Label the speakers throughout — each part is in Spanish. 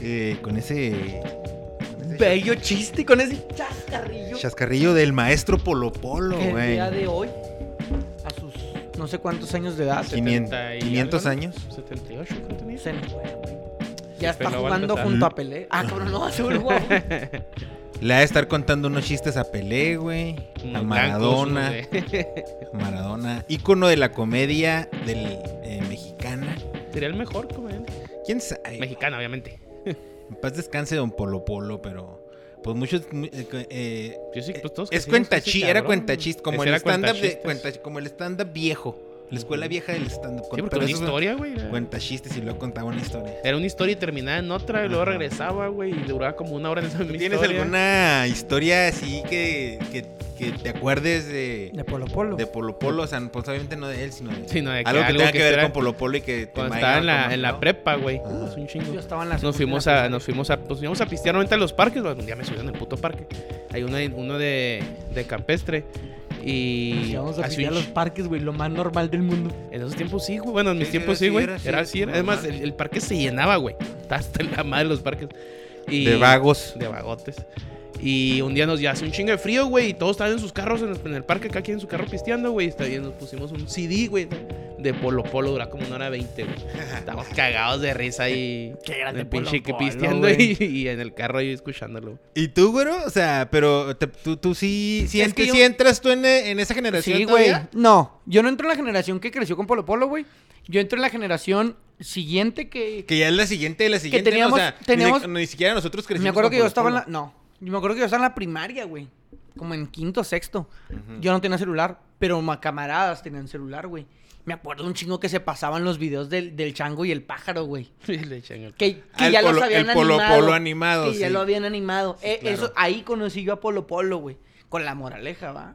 Speaker 1: eh, con ese
Speaker 2: Bello chiste con ese chascarrillo.
Speaker 1: chascarrillo del maestro Polo Polo,
Speaker 2: que el
Speaker 1: güey.
Speaker 2: día de hoy, a sus no sé cuántos años de edad,
Speaker 1: Sí. 500
Speaker 3: 70 y
Speaker 1: 500
Speaker 3: algo, ¿no?
Speaker 1: años.
Speaker 3: 78, ¿cuánto tenía?
Speaker 2: se encuera, güey. Ya está
Speaker 3: Pero lo va a
Speaker 2: jugando
Speaker 3: empezar.
Speaker 2: junto a Pelé. Ah, cabrón, no, seguro guau.
Speaker 1: Le ha de estar contando unos chistes a Pelé, güey. A
Speaker 3: Unos
Speaker 1: Maradona.
Speaker 3: blancos, unos de-
Speaker 1: Maradona. Ícono de la comedia del, eh, mexicana.
Speaker 3: Sería el mejor comediante.
Speaker 1: ¿Quién sabe?
Speaker 3: Mexicano, obviamente.
Speaker 1: En paz descanse Don Polo Polo, pero... Pues muchos... mu- eh, eh,
Speaker 3: Yo sí, pues todos
Speaker 1: es
Speaker 3: crecimos con
Speaker 1: cuenta
Speaker 3: ese
Speaker 1: era
Speaker 3: cabrón.
Speaker 1: cuenta chiste, como
Speaker 3: Ese
Speaker 1: el
Speaker 3: era
Speaker 1: stand-up de-
Speaker 3: cuentachistes.
Speaker 1: cuenta- como el stand-up viejo. La escuela vieja del stand-up.
Speaker 3: Sí, porque
Speaker 1: Pero
Speaker 3: una
Speaker 1: eso es
Speaker 3: historia, güey. era-
Speaker 1: Cuenta chistes y luego contaba una historia.
Speaker 3: Era una historia y terminaba en otra, y luego regresaba, güey, y duraba como una hora en esa misma
Speaker 1: ¿Tienes
Speaker 3: historia.
Speaker 1: alguna historia así que, que, que te acuerdes de,
Speaker 2: De Polo Polo.
Speaker 1: de Polo Polo? O sea, pues obviamente no de él, sino de,
Speaker 3: Sí, no, de que
Speaker 1: algo que
Speaker 3: algo
Speaker 1: tenga que,
Speaker 3: que
Speaker 1: ver
Speaker 3: fuera-
Speaker 1: con Polo Polo y que te
Speaker 3: Cuando
Speaker 1: vaya
Speaker 3: estaba en la,
Speaker 1: como-
Speaker 3: en la prepa, güey.
Speaker 1: Ajá.
Speaker 3: Es un chingo.
Speaker 2: Yo estaba en la
Speaker 3: Nos fuimos
Speaker 2: secundaria.
Speaker 3: a, nos fuimos a, pues, íbamos a pistear normalmente a los parques, güey. un día me subieron en el puto parque. Hay uno, uno de, de campestre
Speaker 2: Nos
Speaker 3: y
Speaker 2: íbamos a
Speaker 3: así
Speaker 2: pistear a
Speaker 3: un
Speaker 2: los parques, güey, lo más normal del mundo.
Speaker 3: ch- en esos tiempos sí, güey. Bueno, en mis
Speaker 1: Sí,
Speaker 3: tiempos
Speaker 1: sí,
Speaker 3: sí, güey.
Speaker 1: era así,
Speaker 3: Era así,
Speaker 1: normal.
Speaker 3: además el, el parque se llenaba, güey. Está hasta la madre los parques. Y,
Speaker 1: De vagos.
Speaker 3: De vagotes. Y un día nos ya hace un chingo de frío, güey. Y todos estaban en sus carros en el, en el parque, cada quien en su carro pisteando, güey. Y está bien, nos pusimos un CD, güey, de Polo Polo. Dura como una hora veinte, güey. Estábamos cagados de risa y.
Speaker 2: Qué
Speaker 3: En
Speaker 2: grande
Speaker 3: el pinche
Speaker 2: Polo
Speaker 3: que
Speaker 2: Polo,
Speaker 3: pisteando
Speaker 2: güey.
Speaker 3: y, y en el carro ahí escuchándolo.
Speaker 1: ¿Y tú, güero? O sea, pero te- tú, tú sí, sí,
Speaker 2: Es
Speaker 1: ent-
Speaker 2: que yo-
Speaker 1: sí entras tú en, en esa generación
Speaker 2: Sí, güey.
Speaker 1: todavía?
Speaker 2: No, yo no entro en la generación que creció con Polo Polo, güey. Yo entro en la generación siguiente que...
Speaker 1: Que ya es la siguiente de la siguiente. ¿no?
Speaker 2: teníamos-
Speaker 1: O sea, ni de-
Speaker 2: teníamos-
Speaker 1: ni, siquiera nosotros crecimos.
Speaker 2: me acuerdo
Speaker 1: con
Speaker 2: que yo
Speaker 1: Polo
Speaker 2: estaba en la...
Speaker 1: Polo.
Speaker 2: No, yo me acuerdo que yo estaba en la primaria, güey. Como en quinto, sexto.
Speaker 1: Ujú.
Speaker 2: Yo no tenía celular, pero ma- camaradas tenían celular, güey. Me acuerdo un chingo que se pasaban los videos del, del chango y el pájaro, güey.
Speaker 3: Y le echan el-
Speaker 2: Que, que
Speaker 1: Ah, el
Speaker 2: ya los
Speaker 1: Polo-
Speaker 2: habían
Speaker 1: el Polo
Speaker 2: animado.
Speaker 1: Polo animado,
Speaker 2: Que ya
Speaker 1: sí.
Speaker 2: lo habían animado.
Speaker 1: Sí,
Speaker 2: Eh,
Speaker 1: claro.
Speaker 2: eso, ahí conocí yo a Polo Polo, güey. Con la moraleja, ¿va?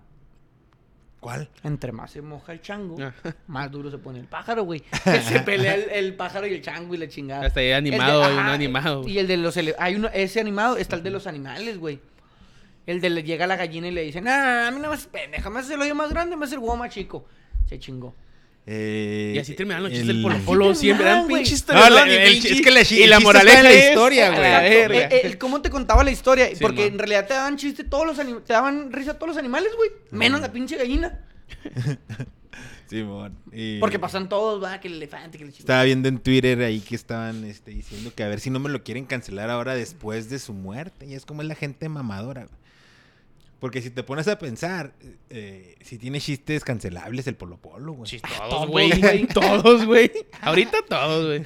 Speaker 1: ¿Cuál?
Speaker 2: Entre más se moja el chango,
Speaker 3: Ajá.
Speaker 2: más duro se pone el pájaro, güey. Que se pelea el, el pájaro y el chango y la chingada.
Speaker 3: Hasta ahí
Speaker 2: El de-
Speaker 3: animado, hay uno
Speaker 2: ajá,
Speaker 3: animado. güey.
Speaker 2: Y el de los... ele- Hay uno... Ese animado está el de los animales, güey. El de le llega la gallina y le dice, nah, a mí no más pendeja, me hace el hoyo más grande, me hace el huevo más chico. Se chingó.
Speaker 1: Eh,
Speaker 3: Y así terminaron los chistes
Speaker 1: el-
Speaker 3: del Polo Polo.
Speaker 2: Así
Speaker 3: Siempre eran
Speaker 2: terminaban, güey.
Speaker 3: pinches
Speaker 1: No, la-
Speaker 3: historias.
Speaker 1: el- es que la- el chiste está en la historia, güey.
Speaker 3: La
Speaker 2: Exacto.
Speaker 3: verga.
Speaker 2: Eh, eh, ¿Cómo te contaba la historia?
Speaker 3: Sí,
Speaker 2: Porque
Speaker 3: man.
Speaker 2: en realidad te daban chiste todos los anim- te daban risa todos los animales, güey.
Speaker 3: Mm.
Speaker 2: Menos la pinche gallina.
Speaker 1: Simón. Y-
Speaker 2: Porque pasan todos, va, que el elefante, que el chico.
Speaker 1: Estaba viendo en Twitter ahí que estaban este, diciendo que a ver si no me lo quieren cancelar ahora después de su muerte. Y es como es la gente mamadora. güey. Porque si te pones a pensar, eh, si tiene chistes cancelables el Polo Polo, Pues, güey.
Speaker 3: Sí,
Speaker 2: todos,
Speaker 3: Todos, güey.
Speaker 2: güey.
Speaker 3: Todos, güey. Ahorita todos, güey.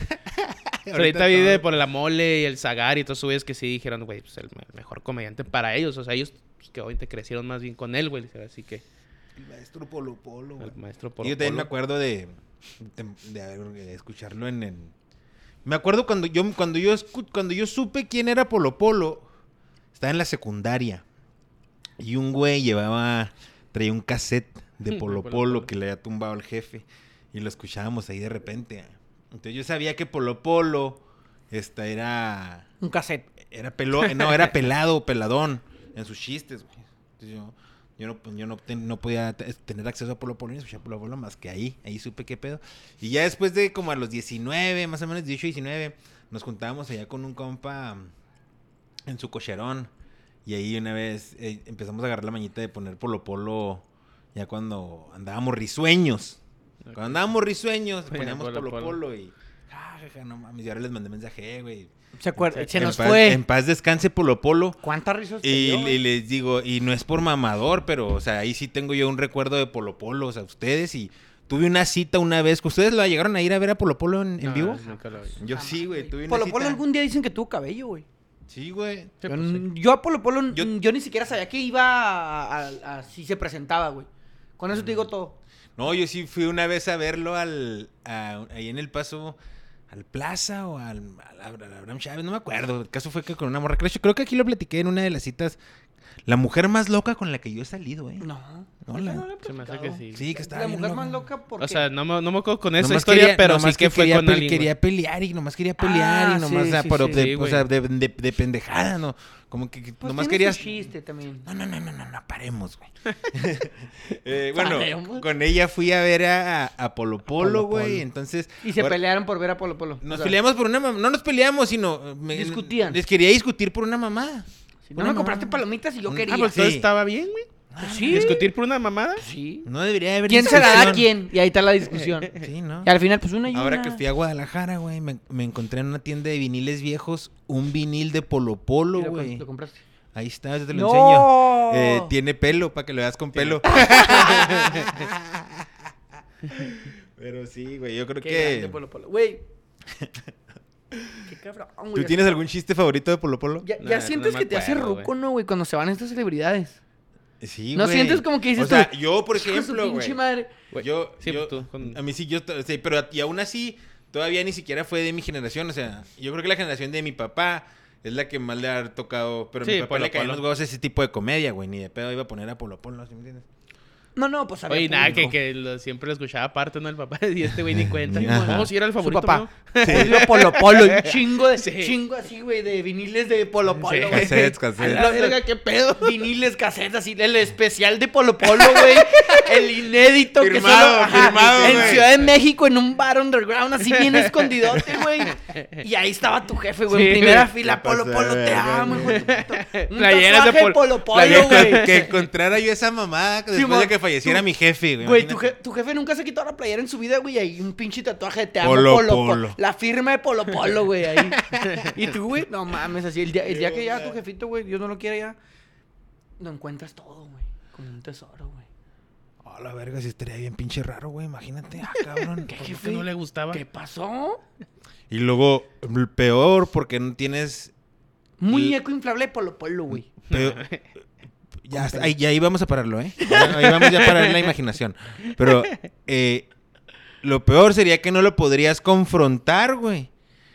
Speaker 3: Ahorita
Speaker 1: todo.
Speaker 3: vive por la mole y el Zagar y todos esos güeyes que sí dijeron, güey, pues el me- mejor comediante para ellos. O sea, ellos pues, que hoy te crecieron más bien con él, güey. Así que
Speaker 1: El maestro Polo Polo, güey.
Speaker 3: el maestro
Speaker 1: Y
Speaker 3: Polo
Speaker 1: yo también me
Speaker 3: Polo.
Speaker 1: acuerdo de, de- de haber- de escucharlo en el... Me acuerdo cuando yo, cuando, yo escu- cuando yo supe quién era Polo Polo, estaba en la secundaria. Y un güey llevaba, traía un cassette de
Speaker 3: De
Speaker 1: Polo
Speaker 3: Polo
Speaker 1: Polo
Speaker 3: Polo.
Speaker 1: que le había tumbado el jefe. Y lo escuchábamos ahí de repente. Entonces yo sabía que Polo Polo esta, era...
Speaker 2: Un cassette.
Speaker 1: Era pelo, eh, no, era pelado, peladón en sus chistes, güey. Entonces yo, yo no, yo no, ten- no podía te- tener acceso a Polo Polo ni escuchar Polo Polo más que ahí, ahí supe qué pedo. Y ya después de como a los 19, más o menos 18, 19, nos juntábamos allá con un compa mm, en su cocherón. Y ahí una vez eh, empezamos a agarrar la mañita de poner Polo Polo ya cuando andábamos risueños. Cuando andábamos risueños,
Speaker 3: Ponía
Speaker 1: poníamos
Speaker 3: Polo
Speaker 1: Polo Polo,
Speaker 3: Polo.
Speaker 1: y... "Ja, ja, ja, no mames, y ahora les mandé mensaje, "Eh, güey.
Speaker 2: ¿Se acuerda? Se
Speaker 1: En
Speaker 2: nos
Speaker 1: paz-
Speaker 2: fue.
Speaker 1: En paz descanse Polo Polo.
Speaker 2: ¿Cuántas risas te
Speaker 1: Y,
Speaker 2: dio, güey?
Speaker 1: y les digo, y no es por mamador, pero, o sea, ahí sí tengo yo un recuerdo de Polo Polo, o sea, ustedes. Y tuve una cita una vez, que ¿ustedes la llegaron a ir a ver a Polo Polo en, en
Speaker 3: No,
Speaker 1: vivo?
Speaker 3: nunca lo vi.
Speaker 1: Yo
Speaker 2: Jamás,
Speaker 1: sí, güey, tuve una
Speaker 2: Polo
Speaker 1: cita.
Speaker 2: Polo algún día dicen que tuvo cabello, güey.
Speaker 1: Sí, güey.
Speaker 3: Sí,
Speaker 2: yo,
Speaker 3: pues, sí.
Speaker 2: yo a Polo Polo
Speaker 1: Yo-
Speaker 2: yo, ni siquiera sabía que iba a, a- a- si se presentaba, güey. Con eso te digo todo.
Speaker 1: No, yo sí fui una vez a verlo al, a- ahí en El Paso, al Plaza o al, al Abra- al Abraham Chávez, no me acuerdo. El caso fue que con una morra, creo creo que aquí lo platiqué en una de las citas La mujer más loca con la que yo he salido, ¿eh?
Speaker 2: No.
Speaker 1: No,
Speaker 2: esa
Speaker 1: la-
Speaker 2: la he
Speaker 3: Se me hace que
Speaker 2: platicado.
Speaker 3: sí.
Speaker 1: Sí, que está
Speaker 2: La
Speaker 1: bien
Speaker 2: mujer más loca porque...
Speaker 3: o sea, no me, no me acuerdo con esa
Speaker 1: Nomás
Speaker 3: historia,
Speaker 1: quería-
Speaker 3: pero sí
Speaker 1: nomás
Speaker 3: que, fue
Speaker 1: quería,
Speaker 3: con
Speaker 1: pe-
Speaker 3: alguien. güey.
Speaker 1: Quería pelear y nomás quería pelear
Speaker 2: Ah,
Speaker 1: y nomás,
Speaker 2: sí,
Speaker 1: o sea,
Speaker 2: sí,
Speaker 1: pero
Speaker 2: sí.
Speaker 1: de,
Speaker 3: Sí,
Speaker 1: o
Speaker 3: güey.
Speaker 1: sea, de, de- de pendejada, ¿no? Como que que
Speaker 2: Pues
Speaker 1: nomás
Speaker 2: tiene
Speaker 1: querías...
Speaker 2: su chiste también.
Speaker 1: No, no, no, no, no, no, paremos, güey. Eh, bueno,
Speaker 2: Paremos.
Speaker 1: con ella fui a ver a, a- a Polo Polo, güey,
Speaker 3: Polo.
Speaker 1: entonces...
Speaker 2: Y se
Speaker 1: ahora-
Speaker 2: pelearon por ver a Polo Polo.
Speaker 1: Nos
Speaker 2: O sea,
Speaker 1: peleamos por una mamá. No nos peleamos, sino... eh, me-
Speaker 2: Discutían.
Speaker 1: Les quería discutir por una mamada.
Speaker 2: si no me compraste palomitas y yo
Speaker 1: Ah,
Speaker 2: quería.
Speaker 3: Ah, pues
Speaker 1: Sí.
Speaker 3: todo estaba bien, güey.
Speaker 2: Pues sí.
Speaker 3: Discutir por una mamada.
Speaker 2: Sí.
Speaker 1: No debería haber
Speaker 2: ¿Quién se la da a
Speaker 1: discusión.
Speaker 2: quién? Y ahí está la discusión.
Speaker 1: Sí, ¿no?
Speaker 2: Y al final, pues una y
Speaker 1: Ahora
Speaker 2: una.
Speaker 1: que fui a Guadalajara, güey, me, me encontré en una tienda de viniles viejos un vinil de Polo
Speaker 2: Y
Speaker 1: Polo,
Speaker 2: lo,
Speaker 1: güey.
Speaker 2: com- lo compraste.
Speaker 1: Ahí está, yo te lo enseño.
Speaker 2: ¡No!
Speaker 1: Eh, tiene pelo, para que lo veas con pelo. Pero sí, güey, yo creo
Speaker 2: Qué
Speaker 1: que...
Speaker 2: grande Polo Polo. Güey. Qué cabrón, güey.
Speaker 1: ¿Tú tienes algún chiste favorito de Polo Polo?
Speaker 2: Ya, ya
Speaker 3: Nah,
Speaker 2: sientes
Speaker 3: no me
Speaker 2: que te hace
Speaker 3: acuerdo,
Speaker 2: ruco, ¿no, güey? Cuando se van estas celebridades.
Speaker 1: Sí,
Speaker 2: ¿No
Speaker 1: güey.
Speaker 2: sientes como que dices
Speaker 1: O sea,
Speaker 2: tú,
Speaker 1: yo, por
Speaker 2: Hijo de su
Speaker 1: ejemplo,
Speaker 2: pinche
Speaker 1: güey.
Speaker 2: madre.
Speaker 3: Güey,
Speaker 1: Yo,
Speaker 3: sí,
Speaker 1: yo-
Speaker 3: tú, con-
Speaker 1: a mí sí, yo, to- sí, pero y aún así, todavía ni siquiera fue de mi generación, o sea, yo creo que la generación de mi papá es la que más le ha tocado, pero a mi
Speaker 3: Sí,
Speaker 1: papá
Speaker 3: Polo
Speaker 1: le caían
Speaker 3: Polo.
Speaker 1: los huevos a ese tipo de comedia, güey, ni de pedo iba a poner a Polo Polo, ¿sí me entiendes?
Speaker 2: No, no, pues había
Speaker 3: Oye, nada, que,
Speaker 2: público.
Speaker 3: que lo- siempre lo escuchaba aparte, ¿no? El papá. Y este güey ni cuenta.
Speaker 1: Ajá.
Speaker 3: No, si era el favorito.
Speaker 2: Su papá.
Speaker 3: mío.
Speaker 2: Sí. Polo Polo, un chingo de
Speaker 3: Sí.
Speaker 2: chingo así, güey, de viniles de Polo Polo,
Speaker 3: Sí.
Speaker 2: güey.
Speaker 1: Cassettes,
Speaker 2: A
Speaker 1: cassettes.
Speaker 2: la verga, qué pedo. Viniles, cassettes, así, el especial de Polo Polo, güey. El inédito que
Speaker 1: Firmado,
Speaker 2: solo- ajá,
Speaker 1: firmado,
Speaker 2: En
Speaker 1: güey.
Speaker 2: Ciudad de México, en un bar underground, así bien escondidote, güey. Y ahí estaba tu jefe, güey, en
Speaker 3: Sí.
Speaker 2: primera fila.
Speaker 1: Te
Speaker 2: Polo
Speaker 1: pasé
Speaker 2: Polo,
Speaker 1: de
Speaker 2: te
Speaker 1: verga,
Speaker 2: amo, hijo de tu puta. Un
Speaker 3: Playeras de
Speaker 2: tatuaje de
Speaker 3: Pol-
Speaker 2: Polo Polo,
Speaker 3: playeras
Speaker 2: güey.
Speaker 1: Que, que encontrara yo esa mamada que después
Speaker 2: Simón,
Speaker 1: de que falleciera
Speaker 2: tú-
Speaker 1: mi jefe, güey.
Speaker 2: Güey, tu,
Speaker 1: imagínate.
Speaker 2: je- tu jefe nunca se quitó la playera en su vida, güey. y Ahí un pinche tatuaje de te amo,
Speaker 1: Polo
Speaker 2: Polo Polo.
Speaker 1: Polo.
Speaker 2: La firma de Polo Polo, güey, ahí. y tú, güey, no mames, así. El día, el día que ya tu jefito, güey, Dios no lo quiera ya, lo encuentras todo, güey. Como un tesoro, güey.
Speaker 1: Oh, la verga, si estaría bien pinche raro, güey, imagínate. Ah, cabrón.
Speaker 2: ¿Qué
Speaker 3: ¿Por
Speaker 2: jefe?
Speaker 3: qué Pues no le gustaba?
Speaker 2: ¿Qué pasó?
Speaker 1: y luego, el peor, porque no tienes...
Speaker 2: Muñeco inflable de Polo Polo, güey.
Speaker 1: peor- ya, hasta- ahí, ya ahí vamos a pararlo, ¿eh? Ya- Ahí vamos ya a parar la imaginación. Pero eh, lo peor sería que no lo podrías confrontar, güey.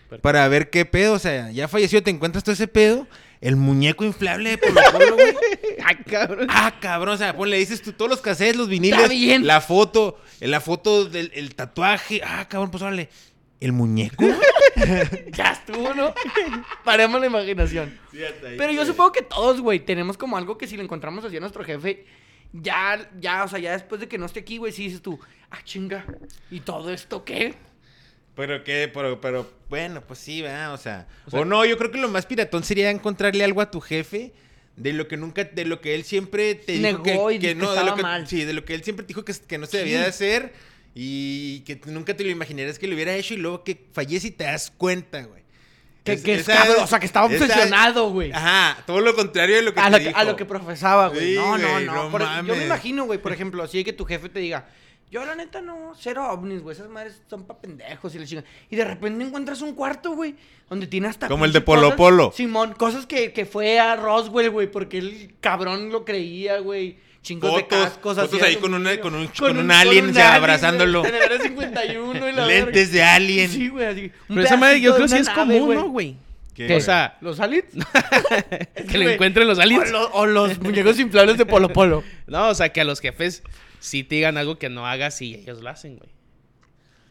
Speaker 3: ¿Por qué?
Speaker 1: Para ver qué pedo. O sea, ya falleció, te encuentras todo ese pedo. El muñeco inflable de Polo Polo, güey.
Speaker 3: Ah, cabrón.
Speaker 1: Ah, cabrón. O sea, ponle, dices tú todos los cassettes, los viniles.
Speaker 2: Está bien.
Speaker 1: La foto, eh, la foto del el tatuaje. Ah, cabrón, pues órale. El muñeco.
Speaker 2: Ya estuvo, ¿no? Paremos la imaginación. Pero yo supongo que todos, güey, tenemos como algo que si le encontramos así a nuestro jefe, ya, ya, o sea, ya después de que no esté aquí, güey, sí dices tú, ah, chinga, ¿y todo esto qué?
Speaker 1: Pero qué, pero, pero bueno, pues sí, ¿verdad? O sea, o no, yo creo que lo más piratón sería encontrarle algo a tu jefe de lo que nunca, de lo que él siempre te dijo
Speaker 2: Negó
Speaker 1: que,
Speaker 2: y que
Speaker 1: no, de
Speaker 2: estaba
Speaker 1: lo que,
Speaker 2: mal.
Speaker 1: sí, de lo que él siempre te dijo que, que no se debía de hacer y que t- nunca te lo imaginarías que lo hubiera hecho y luego que fallece y te das cuenta, güey.
Speaker 2: Que,
Speaker 1: Es-
Speaker 2: que es
Speaker 1: esa-
Speaker 2: cabrón, o sea, que estaba
Speaker 1: esa-
Speaker 2: obsesionado, güey.
Speaker 1: Ajá, todo lo contrario de lo que
Speaker 2: A,
Speaker 1: te
Speaker 2: lo que-
Speaker 1: dijo.
Speaker 2: a lo que profesaba, güey.
Speaker 1: Sí,
Speaker 2: no, no,
Speaker 1: güey,
Speaker 2: no.
Speaker 1: no
Speaker 2: por- yo
Speaker 1: mames.
Speaker 2: me imagino, güey, por ejemplo, así que tu jefe te diga, yo la neta no, cero ovnis, güey, esas madres son pa' pendejos y la chingan. Y de repente encuentras un cuarto, güey, donde tiene hasta...
Speaker 1: Como el de
Speaker 2: pinche
Speaker 1: Polo
Speaker 2: cosas-
Speaker 1: Polo.
Speaker 2: Simón, cosas que, que fue a Roswell, güey, porque el cabrón lo creía, güey. Chingos de
Speaker 1: Fotos,
Speaker 2: cascos,
Speaker 1: fotos
Speaker 2: así de
Speaker 1: ahí con una-
Speaker 2: aluminio.
Speaker 1: con un- con un alien, o sea,
Speaker 2: güey,
Speaker 1: abrazándolo.
Speaker 2: En el área 51 y la
Speaker 1: Lentes de
Speaker 2: verga.
Speaker 1: alien.
Speaker 2: Sí, güey, así. un
Speaker 3: Pero esa madre,
Speaker 2: pedacito
Speaker 3: yo creo
Speaker 2: de
Speaker 3: que sí es
Speaker 2: una nave,
Speaker 3: común, ¿no, güey?
Speaker 1: ¿Qué,
Speaker 3: O
Speaker 1: güey?
Speaker 3: sea,
Speaker 2: ¿Los aliens?
Speaker 3: que lo encuentren los
Speaker 2: O,
Speaker 3: aliens.
Speaker 2: lo- o los muñecos inflables de Polo Polo.
Speaker 3: No, o sea, que a los jefes sí te digan algo que no hagas y ellos lo hacen, güey.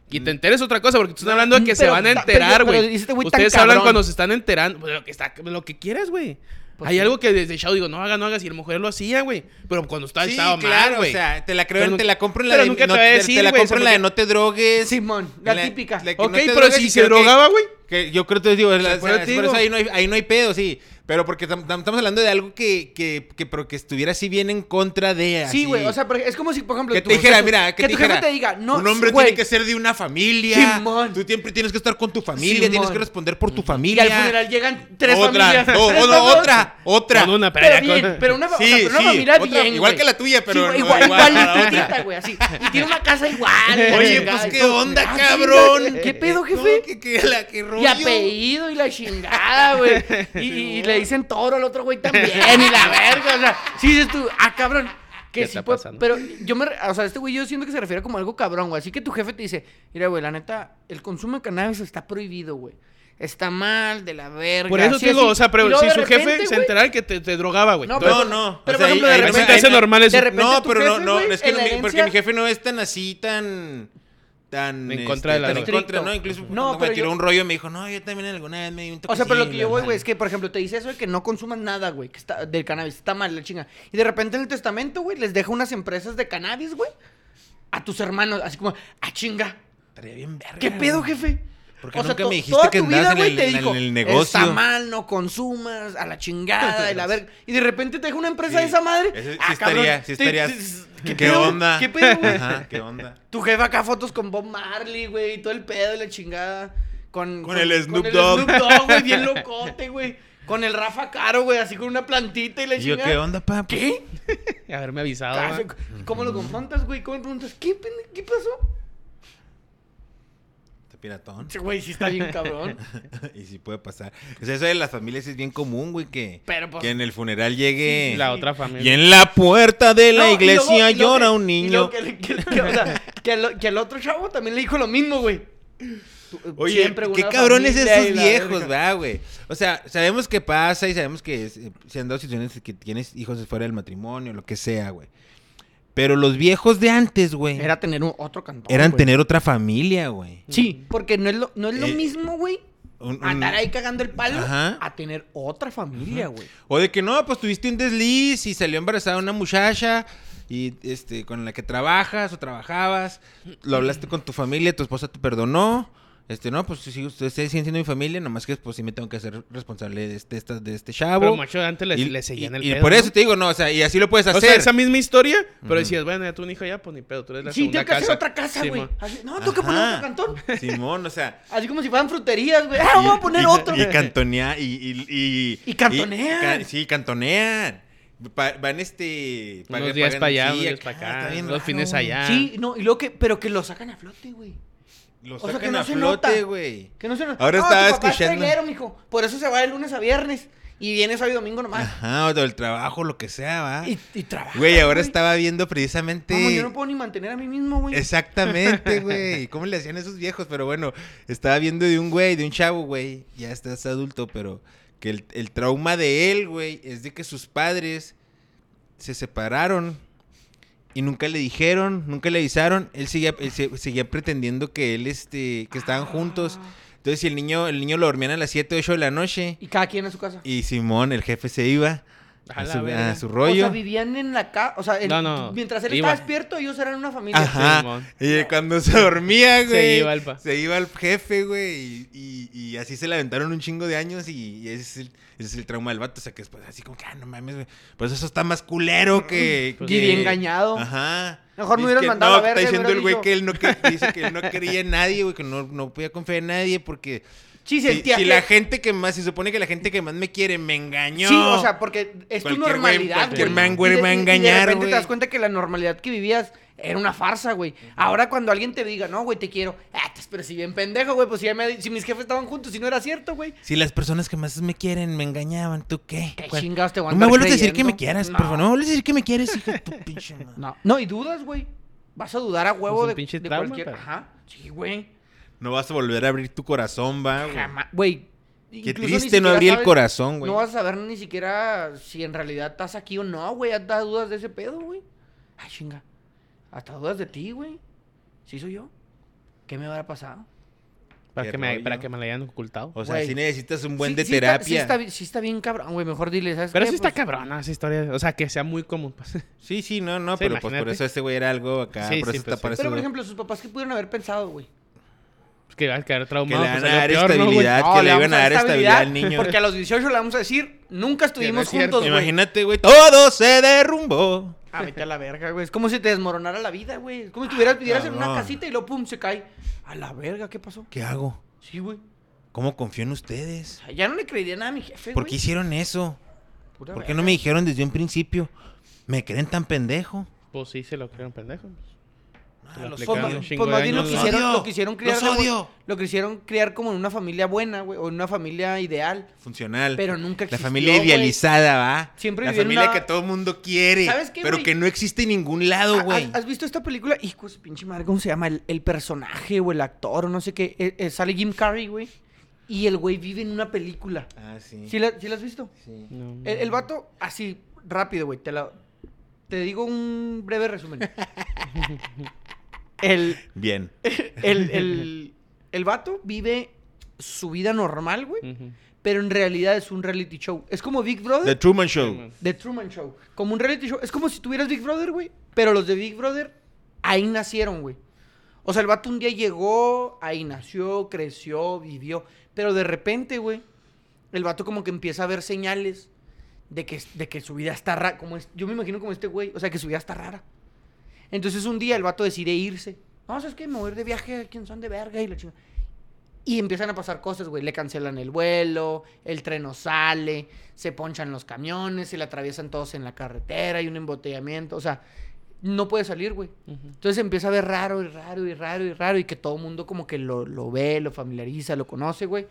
Speaker 3: Y te enteres otra cosa, porque tú estás hablando de que
Speaker 2: Mm,
Speaker 3: se
Speaker 2: pero
Speaker 3: van a
Speaker 2: ta-
Speaker 3: enterar,
Speaker 2: pero- pero
Speaker 3: güey.
Speaker 2: este güey tan
Speaker 3: Ustedes hablan
Speaker 2: cabrón.
Speaker 3: cuando se están enterando. pues, lo, que está, lo que quieras, güey.
Speaker 2: Pues
Speaker 3: Hay
Speaker 2: sí.
Speaker 3: algo que desde Chao digo, no hagas, no hagas. Y la mujer lo hacía, güey. Pero cuando estaba,
Speaker 1: Sí,
Speaker 3: estaba
Speaker 1: claro,
Speaker 3: mal, güey.
Speaker 1: o sea, te la creo,
Speaker 3: Pero
Speaker 1: en- te
Speaker 3: nu-
Speaker 1: la compro en la
Speaker 3: pero
Speaker 1: de
Speaker 3: nunca te
Speaker 1: no,
Speaker 3: voy a
Speaker 1: te-
Speaker 3: decir,
Speaker 1: te la
Speaker 3: güey, o
Speaker 1: compro
Speaker 3: sea,
Speaker 1: en la de
Speaker 3: porque-
Speaker 1: no te drogues.
Speaker 2: Simón, la típica.
Speaker 1: la que
Speaker 3: ok,
Speaker 1: no te
Speaker 3: pero
Speaker 1: drogues
Speaker 3: si
Speaker 1: y
Speaker 3: se
Speaker 1: creo que-
Speaker 3: drogaba, güey.
Speaker 1: Que yo creo que te digo, la-
Speaker 3: por eso
Speaker 1: la-
Speaker 3: te
Speaker 1: por eso
Speaker 3: digo.
Speaker 1: ahí no, hay, ahí no hay pedo, sí. Pero porque tam- tam- estamos hablando de algo que, que, que, pero que estuviera así bien en contra de. así.
Speaker 2: Sí, güey, o sea, por ej- es como si, por ejemplo...
Speaker 1: Que
Speaker 2: tu-
Speaker 1: te dijera,
Speaker 2: tu-
Speaker 1: mira, que,
Speaker 2: que
Speaker 1: te
Speaker 2: tu jefe
Speaker 1: dijera,
Speaker 2: te diga, no,
Speaker 1: un hombre
Speaker 2: güey.
Speaker 1: tiene que ser de una familia.
Speaker 2: Simón.
Speaker 1: Tú siempre tienes que estar con tu familia,
Speaker 2: Simón.
Speaker 1: tienes que responder por tu
Speaker 2: Y
Speaker 1: familia.
Speaker 2: al funeral llegan tres
Speaker 1: otra,
Speaker 2: familias.
Speaker 1: no,
Speaker 2: tres
Speaker 1: o- no,
Speaker 2: familias.
Speaker 1: otra, otra.
Speaker 3: Con una, pero,
Speaker 2: Pero
Speaker 3: era con-
Speaker 2: bien, pero una, o sea,
Speaker 1: Sí,
Speaker 2: pero una
Speaker 1: sí,
Speaker 2: familia
Speaker 1: otra,
Speaker 2: bien,
Speaker 1: igual
Speaker 2: güey.
Speaker 1: que la tuya, pero
Speaker 2: Sí, güey,
Speaker 1: no,
Speaker 2: igual,
Speaker 1: igual,
Speaker 2: igual,
Speaker 1: para
Speaker 2: igualita,
Speaker 1: otra.
Speaker 2: güey, así. Y tiene una casa igual.
Speaker 1: Oye,
Speaker 2: güey,
Speaker 1: pues
Speaker 2: y
Speaker 1: qué
Speaker 2: todo.
Speaker 1: onda,
Speaker 2: Ah,
Speaker 1: cabrón.
Speaker 2: ¿Qué pedo,
Speaker 1: No,
Speaker 2: jefe?
Speaker 1: que, que la, que rollo.
Speaker 2: Y apellido y la chingada, güey. Y, y- y le dicen toro al otro güey también. Y la verga, o sea, sí dices tú, ah, cabrón. Que
Speaker 3: ¿Qué
Speaker 2: sí
Speaker 3: está
Speaker 2: puede-
Speaker 3: pasando?
Speaker 2: pero yo me, re- o sea, este güey yo siento que se refiere como a algo cabrón, güey. Así que tu jefe te dice, mira, güey, la neta, el consumo de cannabis está prohibido, güey. está mal, de la verga.
Speaker 3: Por eso
Speaker 2: así,
Speaker 3: te digo,
Speaker 2: así.
Speaker 3: o sea, pero
Speaker 2: Y luego
Speaker 3: si
Speaker 2: de
Speaker 3: su
Speaker 2: repente,
Speaker 3: jefe se
Speaker 2: güey,
Speaker 3: enterara que te, te drogaba, güey.
Speaker 2: No,
Speaker 3: Entonces,
Speaker 1: No, no.
Speaker 2: Pero, por
Speaker 1: o sea,
Speaker 2: ejemplo, de
Speaker 1: ahí- ahí-
Speaker 2: repente-
Speaker 3: se te hace
Speaker 1: ahí-
Speaker 3: normal eso.
Speaker 2: de repente
Speaker 1: No,
Speaker 2: tu
Speaker 1: pero
Speaker 2: jefe,
Speaker 1: no, no,
Speaker 2: güey,
Speaker 1: es que
Speaker 2: en
Speaker 1: no,
Speaker 2: la
Speaker 1: mi- porque mi
Speaker 2: herencia-
Speaker 1: jefe no es tan así, tan... Tan,
Speaker 3: En contra de la
Speaker 1: tan en
Speaker 2: droga.
Speaker 1: contra, ¿no? Incluso
Speaker 2: No,
Speaker 1: cuando
Speaker 2: pero
Speaker 1: me tiró
Speaker 2: yo-
Speaker 1: un rollo me dijo, no, yo también alguna vez me di un toque.
Speaker 2: O sea, pero lo que yo voy, güey, es que, por ejemplo, te dice eso de que no consuman nada, güey, que está del cannabis, está mal, la chinga. Y de repente en el testamento, güey, les deja unas empresas de cannabis, güey, a tus hermanos, así como, ah, chinga,
Speaker 1: Estaría bien verga.
Speaker 2: ¿qué pedo, jefe?
Speaker 1: Porque
Speaker 2: O sea,
Speaker 1: nunca
Speaker 2: to-
Speaker 1: me
Speaker 2: toda
Speaker 1: dijiste que
Speaker 2: tu vida,
Speaker 1: andabas en,
Speaker 2: güey,
Speaker 1: el,
Speaker 2: te
Speaker 1: en el-
Speaker 2: digo,
Speaker 1: en el negocio.
Speaker 2: Está mal, no consumas, a la chingada, y la verga. Y de repente te deja una empresa de
Speaker 1: Sí.
Speaker 2: esa madre.
Speaker 1: Ese sí
Speaker 2: ah,
Speaker 1: estaría,
Speaker 2: cabrón,
Speaker 1: sí
Speaker 2: te-
Speaker 1: estaría-
Speaker 2: te-
Speaker 1: ¿Qué,
Speaker 2: pedo,
Speaker 1: onda?
Speaker 2: ¿Qué pedo, güey?
Speaker 1: Ajá, ¿qué onda?
Speaker 2: Tu jefe acá fotos con Bob Marley, güey, y todo el pedo y la chingada. Con,
Speaker 1: Con el Snoop Dogg.
Speaker 2: Snoop Dogg, güey, bien locote, güey. Con el Rafa Caro, güey, así con una plantita y la
Speaker 1: Y yo,
Speaker 2: chingada.
Speaker 1: ¿qué onda, pa? Pues,
Speaker 2: ¿Qué?
Speaker 3: Haberme avisado.
Speaker 2: Ah,
Speaker 3: güey.
Speaker 2: ¿Cómo lo confrontas, güey? ¿Cómo le preguntas? ¿Qué, pende- ¿Qué pasó?
Speaker 1: Está este piratón.
Speaker 2: Sí, Güey, sí está bien cabrón.
Speaker 1: y sí puede pasar. O sea, eso de las familias es bien común, güey, que,
Speaker 2: Pero, pues-
Speaker 1: que en el funeral llegue...
Speaker 3: La otra
Speaker 1: Y
Speaker 3: familia.
Speaker 1: en la puerta de la
Speaker 2: No, y
Speaker 1: iglesia
Speaker 2: luego- y luego
Speaker 1: llora
Speaker 2: que-
Speaker 1: un
Speaker 2: y
Speaker 1: niño.
Speaker 2: luego Que, que- que- o sea, que al, que al otro chavo también le dijo lo mismo, güey. Tú, eh,
Speaker 1: Oye,
Speaker 2: siempre
Speaker 1: qué
Speaker 2: una
Speaker 1: cabrones
Speaker 2: familia y
Speaker 1: esos
Speaker 2: la
Speaker 1: viejos,
Speaker 2: verga.
Speaker 1: ¿verdad, güey? O sea, sabemos que pasa y sabemos que es- eh, se han dado situaciones que tienes hijos fuera del matrimonio, lo que sea, güey. Pero los viejos de antes, güey,
Speaker 2: Era tener un- otro cantón.
Speaker 1: eran
Speaker 2: güey.
Speaker 1: tener otra familia, güey.
Speaker 2: Sí, porque no es lo, no es lo
Speaker 1: Eh,
Speaker 2: mismo, güey.
Speaker 1: Un- un-
Speaker 2: Andar ahí cagando el palo
Speaker 1: Ajá.
Speaker 2: a tener otra familia, güey.
Speaker 1: O de que no, pues tuviste un desliz y salió embarazada una muchacha y este con la que trabajas o trabajabas, lo hablaste con tu familia, tu esposa te perdonó. Este, no, pues sí, ustedes siguen siendo mi familia, nomás que pues sí me tengo que hacer responsable de este, esta- de este chavo.
Speaker 3: Pero macho, antes le, le seguían
Speaker 1: y-
Speaker 3: el
Speaker 1: y
Speaker 3: pedo,
Speaker 1: por
Speaker 3: ¿no?
Speaker 1: eso te digo, no, o sea, y así lo puedes
Speaker 3: O
Speaker 1: hacer.
Speaker 3: sea, esa misma historia, pero decías, bueno, ya tu hijo ya, pues ni pedo, tú eres la
Speaker 2: Sí,
Speaker 3: segunda
Speaker 2: tengo que
Speaker 3: casa.
Speaker 2: hacer otra casa,
Speaker 3: Sí,
Speaker 2: güey.
Speaker 3: mo.
Speaker 2: Así, no, tengo que poner
Speaker 1: Ajá.
Speaker 2: otro cantón.
Speaker 1: Simón, o sea.
Speaker 2: Así como si fueran fruterías, güey. Ah, voy a poner
Speaker 1: y-
Speaker 2: otro.
Speaker 1: Y cantonear. Y, y, y,
Speaker 2: Y cantonean.
Speaker 1: ca- sí, cantonean. Pa- van este. pag-
Speaker 3: Unos días
Speaker 1: pagan-
Speaker 3: para allá,
Speaker 1: sí,
Speaker 3: unos días
Speaker 1: acá,
Speaker 3: para acá,
Speaker 1: está bien
Speaker 3: los
Speaker 1: raro.
Speaker 3: fines allá.
Speaker 2: Sí, no, y luego que, pero que lo sacan a flote, güey.
Speaker 1: Lo
Speaker 2: sea,
Speaker 1: sacan
Speaker 2: que no
Speaker 1: a
Speaker 2: se nota.
Speaker 1: flote, güey.
Speaker 2: Que no se
Speaker 1: Ahora
Speaker 2: no,
Speaker 1: estaba
Speaker 2: tu papá es
Speaker 1: escuchando-
Speaker 2: trailero, mijo. Por eso se va de lunes a viernes. Y viene sábado y domingo nomás.
Speaker 1: Ajá, o del trabajo, lo que sea, va.
Speaker 2: Y, y trabaja.
Speaker 1: Güey, ahora este estaba viendo precisamente.
Speaker 2: Vamos, yo no puedo ni mantener a mí mismo, güey.
Speaker 1: Exactamente, güey. ¿Cómo le hacían esos viejos? Pero bueno, estaba viendo de un güey, de un chavo, güey. Ya estás adulto, pero que el, el trauma de él, güey, es de que sus padres se separaron y nunca le dijeron, nunca le avisaron. Él seguía, él se- seguía pretendiendo que él, este, que estaban juntos.
Speaker 2: Ah.
Speaker 1: Entonces, si el niño, el niño lo dormían a las 7, 8 de la noche
Speaker 2: Y cada quien a su casa.
Speaker 1: y Simón, el jefe, se iba
Speaker 3: A
Speaker 1: a
Speaker 3: la
Speaker 1: su,
Speaker 3: verga.
Speaker 1: a su rollo.
Speaker 2: O sea, vivían en la casa. O sea, él-
Speaker 3: No, no,
Speaker 2: mientras él
Speaker 3: iba.
Speaker 2: estaba despierto, ellos eran una familia.
Speaker 1: Ajá.
Speaker 3: Simón.
Speaker 1: Y cuando se dormía, güey.
Speaker 3: iba el pa-
Speaker 1: se iba el jefe, güey. Y, y- y así se le aventaron un chingo de años y, y ese, es el, ese es el trauma del vato. O sea, que después así como que, ah, no mames, güey. Pues eso está más culero que...
Speaker 2: Y
Speaker 1: que-
Speaker 2: bien Pues engañado.
Speaker 1: Ajá.
Speaker 2: Mejor me
Speaker 1: Dice
Speaker 2: hubieras
Speaker 1: que
Speaker 2: mandado
Speaker 1: no,
Speaker 2: a la
Speaker 1: que
Speaker 2: verga,
Speaker 1: Está
Speaker 2: me
Speaker 1: diciendo el
Speaker 2: hubieras
Speaker 1: güey que él no, que- dice que él no quería en nadie, güey. Que no, no podía confiar en nadie porque...
Speaker 2: Sí,
Speaker 1: Si,
Speaker 2: sentía
Speaker 1: si
Speaker 2: que-
Speaker 1: la gente que más... Se supone que la gente que más me quiere me engañó.
Speaker 2: Sí, o sea, porque es tu
Speaker 1: Cualquier güey-
Speaker 2: normalidad, güey.
Speaker 1: cualquier man, güey,
Speaker 2: Y de-
Speaker 1: va a
Speaker 2: y- Y de
Speaker 1: engañar,
Speaker 2: repente
Speaker 1: güey.
Speaker 2: te das cuenta que la normalidad que vivías era una farsa, güey. Ahora cuando alguien te diga, no, güey, te quiero. Ah, pues, pero si bien pendejo, güey, pues si, ya me- si mis jefes estaban juntos y no era cierto, güey.
Speaker 1: Si las personas que más me quieren me engañaban, ¿tú qué?
Speaker 2: ¿Qué
Speaker 1: ¿Cuál-
Speaker 2: chingados te voy a
Speaker 1: Pues, No me
Speaker 2: andar
Speaker 1: vuelvas a decir que
Speaker 2: creyendo?
Speaker 1: me quieras,
Speaker 2: No.
Speaker 1: por favor. No me vuelvas a decir que me quieres, hijo de tu pinche madre.
Speaker 2: No, no, y dudas, güey. Vas a dudar a huevo
Speaker 3: un
Speaker 2: de,
Speaker 3: pinche
Speaker 2: de
Speaker 3: trauma,
Speaker 2: cualquier.
Speaker 3: pero-
Speaker 2: Ajá. Sí, güey.
Speaker 1: No vas a volver a abrir tu corazón, va, güey.
Speaker 2: Jamás. Güey.
Speaker 1: Qué
Speaker 2: incluso ni
Speaker 1: triste no
Speaker 2: siquiera
Speaker 1: abrir el
Speaker 2: sabes-
Speaker 1: corazón, güey.
Speaker 2: No vas a saber ni siquiera si en realidad estás aquí o no, güey. Hasta dudas de ese pedo, güey. Ay, chinga. Hasta dudas de ti, güey. ¿Sí soy yo? ¿Qué me habrá pasado?
Speaker 3: Para
Speaker 1: Qué
Speaker 3: que, me,
Speaker 1: rollo.
Speaker 3: para que me la hayan ocultado.
Speaker 1: O sea,
Speaker 2: güey.
Speaker 1: si necesitas un buen de
Speaker 2: sí está-
Speaker 1: terapia.
Speaker 2: Sí está, bi- sí está bien cabrón, güey. Mejor dile, ¿sabes
Speaker 3: Pero
Speaker 2: qué?
Speaker 3: sí está
Speaker 2: Pues,
Speaker 3: cabrona esa historia. O sea, que sea muy común. pues.
Speaker 1: Sí, sí, no, no,
Speaker 3: Sí,
Speaker 1: pero pues por
Speaker 3: imagínate.
Speaker 1: eso este güey era algo acá.
Speaker 3: Sí,
Speaker 1: por eso
Speaker 3: sí,
Speaker 1: está
Speaker 3: pues, sí.
Speaker 1: para
Speaker 2: Pero, por
Speaker 1: eso-
Speaker 2: ejemplo, sus papás, ¿qué pudieron haber pensado, güey?
Speaker 3: Pues que va a quedar
Speaker 1: que
Speaker 3: traumado.
Speaker 1: le
Speaker 3: pues,
Speaker 1: van
Speaker 3: es
Speaker 1: a
Speaker 3: lo
Speaker 1: dar
Speaker 3: peor, ¿no, güey?
Speaker 1: estabilidad,
Speaker 2: No,
Speaker 1: que
Speaker 2: le
Speaker 1: le
Speaker 2: vamos
Speaker 1: iban
Speaker 2: a
Speaker 1: a
Speaker 2: dar
Speaker 1: dar estabilidad al niño.
Speaker 2: Porque a los 18 le vamos a decir, nunca estuvimos
Speaker 3: es cierto.
Speaker 2: juntos, güey.
Speaker 1: Imagínate, güey, todo se derrumbó.
Speaker 2: Ah, vete a la verga, güey. Es como si te desmoronara la vida, güey. Es como si estuvieras vivieras en una
Speaker 1: Cabrón.
Speaker 2: casita y luego pum, se cae. A la verga, ¿qué pasó?
Speaker 1: ¿Qué hago?
Speaker 2: Sí, güey.
Speaker 1: ¿Cómo confío en ustedes?
Speaker 2: O sea, ya no le creería nada a mi jefe,
Speaker 1: ¿Por
Speaker 2: güey.
Speaker 1: qué hicieron eso?
Speaker 2: Pura
Speaker 1: ¿Por qué
Speaker 2: verga.
Speaker 1: no me dijeron desde un principio? ¿Me creen tan pendejo?
Speaker 3: Pues sí, se lo crearon pendejo.
Speaker 1: Ah,
Speaker 3: Se lo
Speaker 1: los
Speaker 2: Pues,
Speaker 3: aplicaron
Speaker 1: odio.
Speaker 3: un
Speaker 2: ma-
Speaker 3: chingo
Speaker 2: pues más
Speaker 3: de
Speaker 2: bien lo
Speaker 3: años, ¿no?
Speaker 2: quisieron,
Speaker 1: Los
Speaker 2: lo
Speaker 1: odio.
Speaker 2: quisieron criar
Speaker 1: Los
Speaker 2: de bu-
Speaker 1: odio.
Speaker 2: lo quisieron criar como en una familia buena, güey, o en una familia ideal.
Speaker 1: funcional.
Speaker 2: Pero nunca
Speaker 1: La
Speaker 2: existió,
Speaker 1: familia
Speaker 2: güey.
Speaker 1: idealizada, ¿va?
Speaker 2: Siempre
Speaker 1: La
Speaker 2: vivió en
Speaker 1: familia
Speaker 2: una-
Speaker 1: que todo el mundo quiere.
Speaker 2: ¿Sabes qué,
Speaker 1: pero
Speaker 2: güey?
Speaker 1: que no existe en ningún lado,
Speaker 2: Ah,
Speaker 1: güey.
Speaker 2: ¿Has, has visto esta película? Hijo, de su pinche madre, ¿cómo se llama? El, el personaje o el actor, o no sé qué. Eh, eh, sale Jim Carrey, güey. Y el güey vive en una película.
Speaker 1: Ah, sí.
Speaker 2: ¿Sí la, sí la has visto?
Speaker 1: sí.
Speaker 3: No.
Speaker 2: El, el vato, así, rápido, güey. Te, la- te digo un breve resumen. el,
Speaker 1: Bien.
Speaker 2: el, el, el vato vive su vida normal, güey.
Speaker 3: Ujú.
Speaker 2: Pero en realidad es un reality show. Es como Big
Speaker 1: The
Speaker 2: Brother.
Speaker 1: Truman Show.
Speaker 3: Truman.
Speaker 2: The Truman Show. Como un reality show. Es como si tuvieras Big Brother, güey. Pero los de Big Brother ahí nacieron, güey. O sea, el vato un día llegó, ahí nació, creció, vivió. Pero de repente, güey, el vato como que empieza a ver señales de que, de que su vida está rara. Como es, yo me imagino como este güey. O sea, que su vida está rara. Entonces un día el vato decide irse. No, ¿sabes qué? Me voy a ir de viaje a quien son de verga y la chingada. Y empiezan a pasar cosas, güey. Le cancelan el vuelo, el tren no sale, se ponchan los camiones, se le atraviesan todos en la carretera, hay un embotellamiento. O sea, no puede salir, güey.
Speaker 3: Ujú.
Speaker 2: Entonces empieza a ver raro y raro y raro y raro y que todo el mundo como que lo, lo ve, lo familiariza, lo conoce, güey.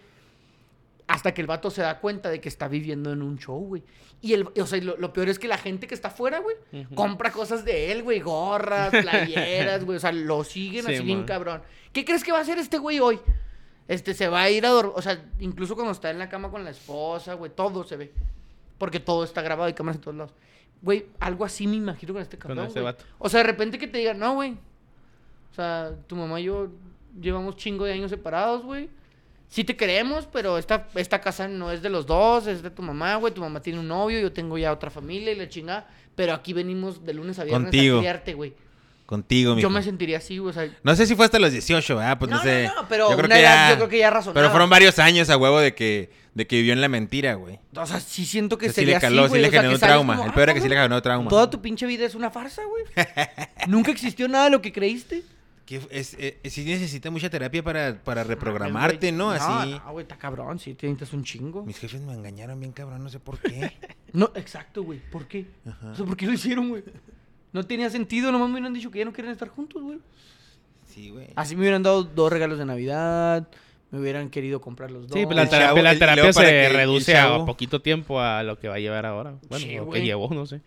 Speaker 2: Hasta que el vato se da cuenta de que está viviendo en un show, güey. Y el, o sea, y lo, lo peor es que la gente que está afuera, güey,
Speaker 3: Ujú.
Speaker 2: compra cosas de él, güey. Gorras, playeras, güey. O sea, lo siguen
Speaker 3: Sí,
Speaker 2: así bien
Speaker 3: man.
Speaker 2: cabrón. ¿Qué crees que va a hacer este güey hoy? Este, se va a ir a dormir. O sea, incluso cuando está en la cama con la esposa, güey, todo se ve. Porque todo está grabado, hay cámaras en todos lados. Güey, algo así me imagino con este
Speaker 3: Con
Speaker 2: cabrón.
Speaker 3: este
Speaker 2: güey.
Speaker 3: vato.
Speaker 2: O sea, de repente que te digan, no, güey. O sea, tu mamá y yo llevamos chingo de años separados, güey. Sí te queremos, pero esta, esta casa no es de los dos, es de tu mamá, güey. Tu mamá tiene un novio, yo tengo ya otra familia y la chingada. Pero aquí venimos de lunes a viernes
Speaker 1: Contigo.
Speaker 2: a criarte, güey.
Speaker 1: Contigo, mi
Speaker 2: Yo me sentiría así, güey. O sea,
Speaker 1: No sé si fue hasta los 18, ¿verdad? Pues no,
Speaker 2: No, no,
Speaker 1: sé.
Speaker 2: no, pero una edad yo creo que ya razonaba.
Speaker 1: Pero fueron varios años a huevo de que, de que vivió en la mentira, güey.
Speaker 2: o sea, sí siento que
Speaker 1: Que sí
Speaker 2: sería
Speaker 1: le caló,
Speaker 2: así,
Speaker 1: sí
Speaker 2: güey.
Speaker 1: le
Speaker 2: O sea,
Speaker 1: generó
Speaker 2: que
Speaker 1: un
Speaker 2: sales
Speaker 1: trauma.
Speaker 2: como,
Speaker 1: El peor
Speaker 2: "Ah,
Speaker 1: era que sí le
Speaker 2: cabrón,
Speaker 1: generó trauma.
Speaker 2: Toda tu pinche vida es una farsa, güey. Nunca existió nada de lo que creíste.
Speaker 1: Que es, eh, sí necesita mucha terapia para, para reprogramarte, ¿no? Así.
Speaker 2: No, güey, está cabrón. Sí, te necesitas un chingo.
Speaker 1: Mis jefes me engañaron bien cabrón, no sé por qué.
Speaker 2: No, exacto, güey. ¿Por qué?
Speaker 1: Ajá.
Speaker 2: O sea, ¿por qué lo hicieron, güey? No tenía sentido, nomás me hubieran dicho que ya no quieren estar juntos, güey.
Speaker 1: Sí, güey.
Speaker 2: Así me hubieran dado dos regalos de Navidad, me hubieran querido comprar los dos.
Speaker 3: Sí, pues la,
Speaker 1: El
Speaker 3: terapia,
Speaker 1: chavo-
Speaker 3: la
Speaker 1: el- y
Speaker 3: terapia
Speaker 1: luego para que
Speaker 3: se
Speaker 1: el
Speaker 3: reduce a
Speaker 1: chavo-
Speaker 3: poquito tiempo a lo que va a llevar ahora. Bueno,
Speaker 2: Sí,
Speaker 3: lo que
Speaker 2: güey.
Speaker 3: llevó, no sé.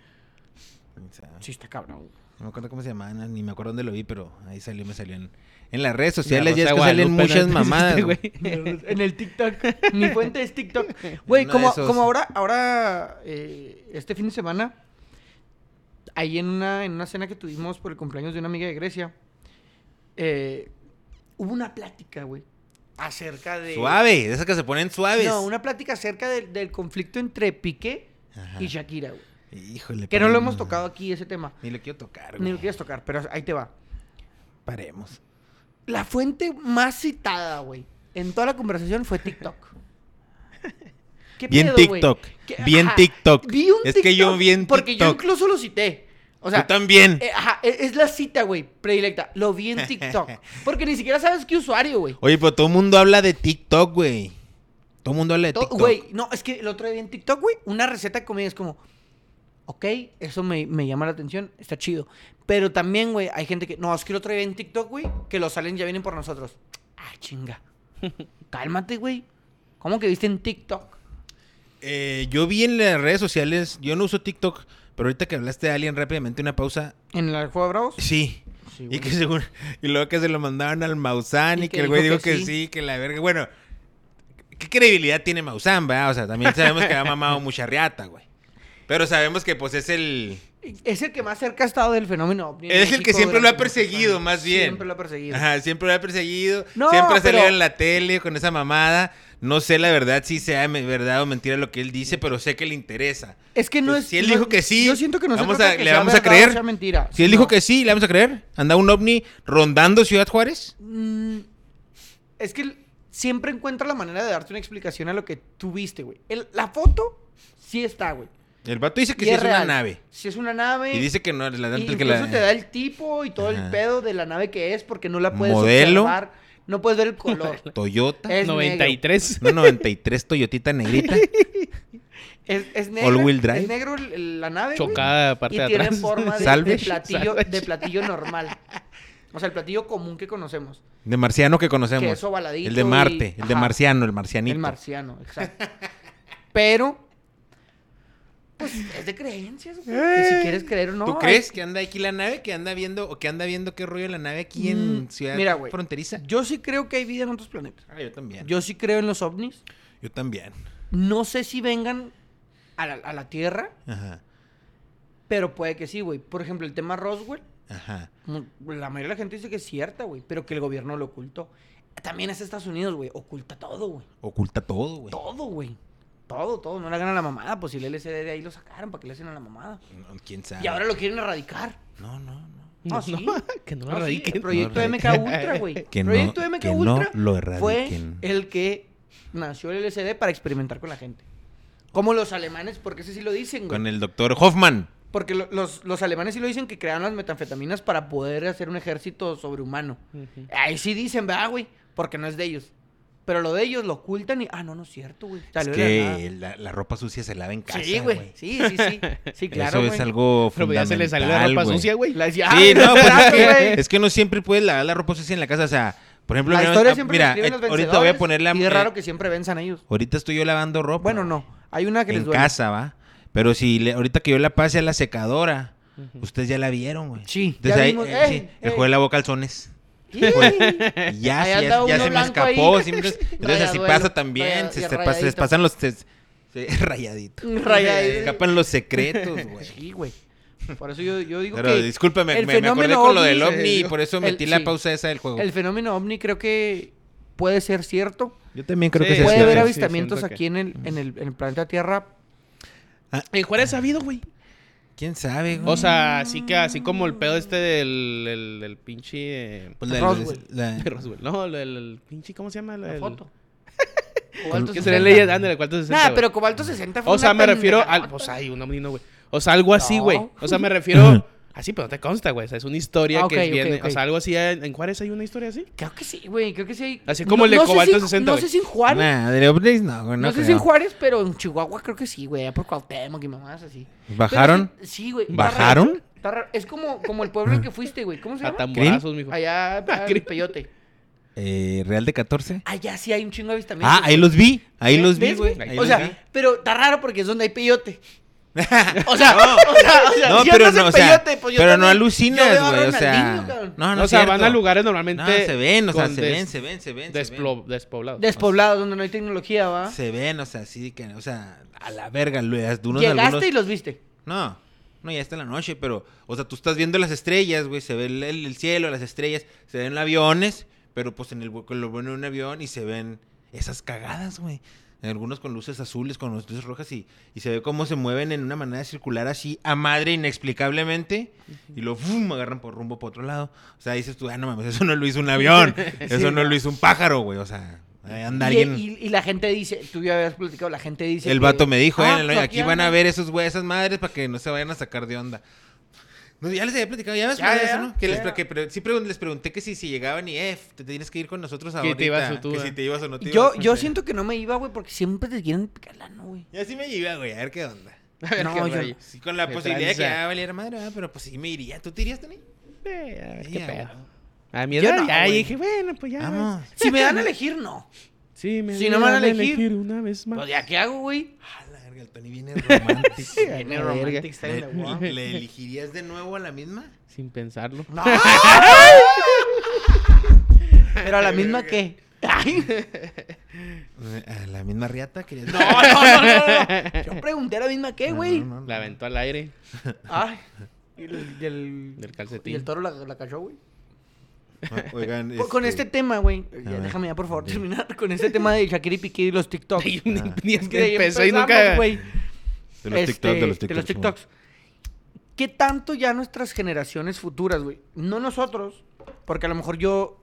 Speaker 1: O sea,
Speaker 2: Sí, está cabrón, güey.
Speaker 1: No me acuerdo cómo se llamaba, ni me acuerdo dónde lo vi, pero ahí salió, me salió en, en las redes
Speaker 3: La
Speaker 1: sociales. Ya es
Speaker 3: Rosa
Speaker 1: que
Speaker 3: de
Speaker 1: salen
Speaker 3: Guadalupe,
Speaker 1: muchas
Speaker 3: ¿no? Este
Speaker 1: mamadas.
Speaker 3: Existe,
Speaker 1: güey.
Speaker 2: en el TikTok. Mi fuente es TikTok. Güey,
Speaker 1: Uno de
Speaker 2: como,
Speaker 1: esos.
Speaker 2: como ahora, ahora eh, este fin de semana, ahí en una, en una cena que tuvimos por el cumpleaños de una amiga de Grecia, eh, hubo una plática, güey, acerca de...
Speaker 1: Suave, de esas que se ponen suaves.
Speaker 2: No, una plática acerca del- del conflicto entre Piqué
Speaker 1: Ajá.
Speaker 2: y Shakira, güey.
Speaker 1: Híjole.
Speaker 2: Que no lo
Speaker 1: paremos.
Speaker 2: hemos tocado aquí, ese tema.
Speaker 1: Ni lo quiero tocar,
Speaker 2: Ni
Speaker 1: güey.
Speaker 2: lo quieres tocar, pero ahí te va.
Speaker 1: Paremos.
Speaker 2: La fuente más citada, güey, en toda la conversación fue TikTok. ¿Qué
Speaker 1: Bien
Speaker 2: pedo, güey?
Speaker 1: TikTok,
Speaker 2: ¿Qué-
Speaker 1: bien TikTok.
Speaker 2: Vi un
Speaker 1: Es que yo vi en
Speaker 2: Porque yo
Speaker 1: TikTok.
Speaker 2: incluso lo cité. O sea,
Speaker 1: Yo también.
Speaker 2: eh, ajá, e- es la cita, güey, predilecta. Lo vi en TikTok. Porque ni siquiera sabes qué usuario, güey.
Speaker 1: Oye, pero todo el mundo habla de TikTok, güey. Todo el mundo habla de
Speaker 2: To-
Speaker 1: TikTok.
Speaker 2: Güey, no, es que el otro día vi en TikTok, güey, una receta de comida es como, ok, eso me, me llama la atención, está chido. Pero también, güey, hay gente que, no, es que el otro día vi en TikTok, güey, que los salen ya vienen por nosotros. Ah, chinga. Cálmate, güey. ¿Cómo que viste en TikTok?
Speaker 1: Eh, yo vi en las redes sociales, yo no uso TikTok, pero ahorita que hablaste de alguien rápidamente, una pausa.
Speaker 2: ¿En el juego de Bravos?
Speaker 1: Sí.
Speaker 2: Sí,
Speaker 1: y
Speaker 2: güey.
Speaker 1: que según. Y luego que se lo mandaron al Maussan y, que el güey dijo que, sí. que la verga. Bueno, ¿qué credibilidad tiene Maussan, verdad? O sea, también sabemos que ha mamado mucha riata, güey. Pero sabemos que, pues, es el.
Speaker 2: Es el que más cerca ha estado del fenómeno. ovni en
Speaker 1: Es el que
Speaker 2: México
Speaker 1: siempre lo
Speaker 2: durante
Speaker 1: ha perseguido,
Speaker 2: muchos años.
Speaker 1: más bien.
Speaker 2: Siempre lo ha perseguido.
Speaker 1: Ajá, siempre lo ha perseguido.
Speaker 2: No,
Speaker 1: siempre ha salido
Speaker 2: pero-
Speaker 1: en la tele con esa mamada. No sé la verdad si sea me- verdad o mentira lo que él dice, pero sé que le interesa.
Speaker 2: Es que no
Speaker 1: Pues,
Speaker 2: es.
Speaker 1: si él
Speaker 2: no-
Speaker 1: dijo que sí,
Speaker 2: Yo siento que no se
Speaker 1: vamos
Speaker 2: trata
Speaker 1: a-
Speaker 2: de que
Speaker 1: le
Speaker 2: sea
Speaker 1: vamos a
Speaker 2: verdad o
Speaker 1: creer.
Speaker 2: sea mentira.
Speaker 1: Si él
Speaker 2: No.
Speaker 1: dijo que sí, ¿le vamos a creer? ¿Anda un ovni rondando Ciudad Juárez?
Speaker 2: Mm, es que el- siempre encuentra la manera de darte una explicación a lo que tú viste, güey. El- La foto sí está, güey.
Speaker 1: El vato dice que
Speaker 2: Y
Speaker 1: sí es una
Speaker 2: real.
Speaker 1: nave.
Speaker 2: Sí es una nave.
Speaker 1: Y dice que no, la,
Speaker 2: y
Speaker 1: antes
Speaker 2: incluso
Speaker 1: que la-
Speaker 2: te da el tipo y todo el
Speaker 1: Ajá.
Speaker 2: pedo de la nave que es porque no la puedes
Speaker 1: Modelo.
Speaker 2: observar. No puedes ver el color.
Speaker 1: Toyota.
Speaker 2: Es negro.
Speaker 3: 93.
Speaker 1: Una 93 Toyotita negrita.
Speaker 2: Es, es negro.
Speaker 1: All-wheel drive.
Speaker 2: Es negro el- el- la nave. güey,
Speaker 3: Chocada de parte
Speaker 2: y
Speaker 3: de
Speaker 2: tiene
Speaker 3: atrás.
Speaker 2: forma de- de,
Speaker 1: Salvage.
Speaker 2: platillo,
Speaker 3: Salvage.
Speaker 2: de platillo normal. O sea, el platillo común que conocemos.
Speaker 1: De marciano que
Speaker 2: Que
Speaker 1: conocemos.
Speaker 2: es ovaladito.
Speaker 1: el de Marte.
Speaker 2: y-
Speaker 1: El de
Speaker 2: Ajá.
Speaker 1: marciano, el marcianito.
Speaker 2: El marciano, exacto. Pero pues es de creencias, güey. Y si quieres creer o no.
Speaker 1: ¿Tú
Speaker 2: hay-
Speaker 1: crees que anda aquí la nave? ¿Que anda viendo o que anda viendo qué rollo la nave aquí en
Speaker 2: Mm,
Speaker 1: Ciudad
Speaker 2: mira, güey.
Speaker 1: Fronteriza?
Speaker 2: Yo sí creo que hay vida en otros planetas.
Speaker 1: Ah, yo también. Yo,
Speaker 2: Yo sí creo en los ovnis.
Speaker 1: también.
Speaker 2: No sé si vengan a la, a la Tierra,
Speaker 1: Ajá.
Speaker 2: pero puede que sí, güey. Por ejemplo, el tema Roswell,
Speaker 1: Ajá.
Speaker 2: mu- la mayoría de la gente dice que es cierta, güey, pero que el gobierno lo ocultó. También es Estados Unidos, güey. Oculta todo, güey.
Speaker 1: Oculta todo, güey.
Speaker 2: Todo, güey. Todo, todo. No le hagan a la mamada. Pues si el LCD de ahí lo sacaron, ¿para que le hacen a la mamada?
Speaker 1: No, ¿Quién sabe?
Speaker 2: Y ahora lo quieren erradicar.
Speaker 1: No, no, no.
Speaker 2: No, sí.
Speaker 3: que no lo
Speaker 2: No, Ah, sí,
Speaker 3: radiquen.
Speaker 2: el proyecto
Speaker 1: No
Speaker 2: MK
Speaker 1: erradiquen.
Speaker 2: Ultra, güey.
Speaker 1: Que no-
Speaker 2: proyecto MK
Speaker 1: que no
Speaker 2: Ultra
Speaker 1: lo
Speaker 2: fue
Speaker 1: erradiquen.
Speaker 2: el que nació el LSD para experimentar con la gente. Como los alemanes, porque ese sí lo dicen, güey.
Speaker 1: Con el doctor Hoffman.
Speaker 2: Porque lo- los, los alemanes sí lo dicen que crearon las metanfetaminas para poder hacer un ejército sobrehumano.
Speaker 3: Ujú.
Speaker 2: Ahí sí dicen, ¿verdad, güey? Porque no es de ellos. Pero lo de ellos lo ocultan y... Ah, no, no es cierto, güey.
Speaker 1: Es
Speaker 2: Salió de la nada.
Speaker 1: que la, la ropa sucia se lava en casa.
Speaker 2: Sí, güey. Sí, sí, sí. Sí, claro,
Speaker 1: Eso
Speaker 2: güey.
Speaker 1: es algo
Speaker 3: Pero ya
Speaker 1: fundamental.
Speaker 3: se le salió la ropa
Speaker 1: güey.
Speaker 3: sucia, güey.
Speaker 2: La- ya,
Speaker 1: Sí, no, pues es
Speaker 2: exacto,
Speaker 1: que,
Speaker 2: güey.
Speaker 1: es que no siempre puedes lavar la ropa sucia en la casa. O sea, por ejemplo,
Speaker 2: La
Speaker 1: mira,
Speaker 2: historia
Speaker 1: ah,
Speaker 2: siempre la
Speaker 1: mira,
Speaker 2: escriben
Speaker 1: eh,
Speaker 2: los
Speaker 1: ahorita voy a
Speaker 2: vencedores
Speaker 1: poner la.
Speaker 2: Y es
Speaker 1: eh,
Speaker 2: raro que siempre venzan ellos.
Speaker 1: Ahorita estoy yo lavando ropa.
Speaker 2: Bueno, no. Hay una que les
Speaker 1: En
Speaker 2: duele.
Speaker 1: casa, va. Pero si le- ahorita que yo la pase a la secadora, ustedes ya la vieron, güey.
Speaker 2: Sí,
Speaker 1: Entonces
Speaker 2: ya
Speaker 1: ahí,
Speaker 2: vimos.
Speaker 1: eh,
Speaker 2: Ey,
Speaker 1: sí,
Speaker 2: ey.
Speaker 1: el juego de la boca calzones.
Speaker 2: Y- pues.
Speaker 1: Y ya,
Speaker 2: Ahí
Speaker 1: sí,
Speaker 2: andaba
Speaker 1: ya, ya
Speaker 2: uno
Speaker 1: se me
Speaker 2: blanco ahí.
Speaker 1: escapó. siempre es- entonces así
Speaker 2: Rayaduelo,
Speaker 1: pasa también.
Speaker 2: rayado-
Speaker 1: Se,
Speaker 2: y
Speaker 1: se
Speaker 2: rayadito.
Speaker 1: pasa- se pasan los. se- se- rayadito.
Speaker 2: Rayadito.
Speaker 1: Se escapan los secretos, güey.
Speaker 2: Sí, güey. Por eso yo, yo digo
Speaker 1: Pero
Speaker 2: que
Speaker 1: discúlpeme,
Speaker 2: el
Speaker 1: me, me acordé
Speaker 2: fenómeno
Speaker 1: con lo del
Speaker 2: ovni- eh,
Speaker 1: ovni y por eso
Speaker 2: el-
Speaker 1: metí la
Speaker 2: sí.
Speaker 1: pausa esa del juego.
Speaker 2: el fenómeno ovni creo que puede ser cierto.
Speaker 1: Yo también creo que
Speaker 3: Sí,
Speaker 1: se
Speaker 2: Puede
Speaker 3: cierto.
Speaker 2: haber
Speaker 3: Sí,
Speaker 2: avistamientos
Speaker 3: siento que-
Speaker 2: aquí en el, en, el, en el planeta Tierra.
Speaker 3: En Juárez ha habido, güey.
Speaker 1: ¿Quién sabe, güey?
Speaker 3: O sea, así que así como el pedo este del, el- del pinche. eh,
Speaker 1: Pues la-
Speaker 2: Roswell.
Speaker 1: la-
Speaker 3: de Roswell. No, el, el- el pinche, ¿cómo se llama?
Speaker 2: La
Speaker 3: el,
Speaker 2: foto.
Speaker 3: Que sería leyes ándale, ¿cuánto se
Speaker 2: Nah, pero Cobalto 60 fue
Speaker 3: O sea,
Speaker 2: una
Speaker 3: me refiero al.
Speaker 2: pendejadota.
Speaker 3: O sea, hay un hombre, no, güey. O sea, algo así,
Speaker 2: No.
Speaker 3: güey. O sea, me refiero. Así, pero no te consta, güey. O sea, es una historia
Speaker 2: Ah, ok,
Speaker 3: que
Speaker 2: ok,
Speaker 3: viene.
Speaker 2: ok.
Speaker 3: O sea, algo así. En, en Juárez hay una historia así.
Speaker 2: Creo que sí, güey. Creo que sí. hay-
Speaker 3: Así como el de
Speaker 2: sé
Speaker 3: Cobalto
Speaker 2: si- No
Speaker 3: 60, güey.
Speaker 2: sé si en Juárez.
Speaker 1: Nah, de ovnis no, güey,
Speaker 2: No,
Speaker 1: no
Speaker 2: sé si en
Speaker 1: creo.
Speaker 2: Juárez, pero en Chihuahua creo que sí, güey. allá Por Cuauhtémoc y mamás así.
Speaker 1: ¿Bajaron?
Speaker 2: Pero sí, sí, güey. está raro,
Speaker 1: ¿Bajaron?
Speaker 2: está raro. Es como, como el pueblo al que fuiste, güey. ¿Cómo se
Speaker 3: A
Speaker 2: llama?
Speaker 3: tamborazos, mijo.
Speaker 2: Allá,
Speaker 1: Ah,
Speaker 2: allá en
Speaker 3: Cri-
Speaker 2: Peyote.
Speaker 1: Eh, ¿Real de 14?
Speaker 2: Allá sí hay un chingo de avistamientos.
Speaker 1: Ah, ahí los vi. Ahí
Speaker 2: ¿Ves,
Speaker 1: los vi,
Speaker 2: ves,
Speaker 1: güey.
Speaker 3: güey?
Speaker 1: ahí
Speaker 2: O
Speaker 1: los vi.
Speaker 2: sea, pero está raro porque es donde hay peyote. O sea, o sea, o sea,
Speaker 1: No,
Speaker 2: si
Speaker 1: pero
Speaker 2: andas en
Speaker 1: no, o sea,
Speaker 2: peyote, pues yo
Speaker 1: pero no
Speaker 2: también- yo veo a
Speaker 1: alucinas, güey, o sea,
Speaker 2: Ronaldinho, cabrón.
Speaker 1: no, no,
Speaker 3: o
Speaker 1: es
Speaker 3: sea,
Speaker 1: cierto.
Speaker 3: van a lugares normalmente.
Speaker 1: no, se ven, o sea,
Speaker 3: con
Speaker 1: se
Speaker 3: des-
Speaker 1: ven, se ven, se ven, se ven,
Speaker 3: desplo- despoblados.
Speaker 2: Despoblados, donde no hay tecnología, va.
Speaker 1: se ven, o sea, sí que, o sea, a la verga, lo- de unos
Speaker 2: Llegaste
Speaker 1: algunos,
Speaker 2: y los viste.
Speaker 1: no, no, ya está la noche, pero, o sea, tú estás viendo las estrellas, güey, se ve el, el cielo, las estrellas, se ven aviones, pero pues en el hueco lo ven en un avión y se ven esas cagadas, güey. Algunos con luces azules, con luces rojas y, y se ve cómo se mueven en una manera circular así a madre inexplicablemente y lo ¡fum! agarran por rumbo por otro lado. O sea, dices tú, ah, no mames, eso no lo hizo un avión, eso no lo hizo un pájaro, güey. O sea, ahí anda
Speaker 2: Y,
Speaker 1: alguien.
Speaker 2: y- y la gente dice, tú ya habías platicado, la gente dice.
Speaker 1: el
Speaker 2: que-
Speaker 1: vato me dijo,
Speaker 2: Ah,
Speaker 1: eh, en el
Speaker 2: pues
Speaker 1: hoyo, aquí van
Speaker 2: andan.
Speaker 1: a ver esos güeyes, esas madres para que no se vayan a sacar de onda. No, ya les había platicado, ya ves,
Speaker 2: Ya,
Speaker 1: madre,
Speaker 2: ya,
Speaker 1: eso, ¿no? Que les,
Speaker 2: ya.
Speaker 1: que pre- sí pregun- les pregunté que si, si llegaban y, eh, te tienes que ir con nosotros ahorita.
Speaker 3: ibas o tú,
Speaker 1: que
Speaker 3: eh.
Speaker 1: si te ibas o no te
Speaker 2: Yo,
Speaker 1: ibas. pues.
Speaker 2: yo siento que no me iba, güey, porque siempre te quieren picar la no, güey.
Speaker 1: Y así me iba, güey, a ver qué onda.
Speaker 3: A ver
Speaker 2: No,
Speaker 3: qué
Speaker 2: yo no.
Speaker 3: rollo.
Speaker 1: Sí, con la
Speaker 3: Qué
Speaker 1: posibilidad de que
Speaker 3: tranza.
Speaker 1: ya valiera madre, ¿verdad? pero pues sí me iría. ¿Tú te irías, Tony?
Speaker 3: Eh, a ver
Speaker 1: Sí,
Speaker 3: qué
Speaker 1: ya,
Speaker 3: pedo.
Speaker 1: güey.
Speaker 3: A mi
Speaker 2: Yo
Speaker 3: edad
Speaker 2: no,
Speaker 3: ya
Speaker 2: güey.
Speaker 3: dije, bueno, pues ya.
Speaker 1: Vamos.
Speaker 2: Si me dan a elegir, no.
Speaker 3: Sí, me
Speaker 2: Si no me van a
Speaker 3: van a
Speaker 2: elegir.
Speaker 3: elegir una vez más.
Speaker 2: Pues ya, ¿qué hago, güey?
Speaker 1: Ah, la verga, el Tony viene romántico.
Speaker 2: Viene
Speaker 3: la verga.
Speaker 2: romantic style, la guau.
Speaker 1: ¿Le, le elegirías de nuevo a la misma?
Speaker 3: Sin pensarlo.
Speaker 2: No. Pero a la misma que.
Speaker 1: ¿A la misma riata? ¿Querías-
Speaker 2: No, no, no, no, no. Yo pregunté a la misma que,
Speaker 1: No,
Speaker 2: güey.
Speaker 1: no, no,
Speaker 3: La
Speaker 1: no.
Speaker 3: aventó al aire
Speaker 2: Ay. Y el, y el-
Speaker 3: del
Speaker 2: y
Speaker 3: calcetín.
Speaker 2: el toro la, la cachó, güey.
Speaker 1: Oigan,
Speaker 2: Con- Con este tema, güey. ya,
Speaker 1: ver.
Speaker 2: Déjame ya, por favor,
Speaker 1: Sí.
Speaker 2: terminar con este tema de Shakira y Piqué y los TikTok.
Speaker 3: Ni- ni es
Speaker 2: Es
Speaker 3: que
Speaker 2: que de ahí
Speaker 3: empezó y
Speaker 2: empezamos,
Speaker 3: nunca.
Speaker 2: güey.
Speaker 1: De los
Speaker 2: Este,
Speaker 1: TikToks, de los TikToks.
Speaker 2: TikToks. ¿Qué tanto ya nuestras generaciones futuras, güey? No nosotros, porque a lo mejor yo.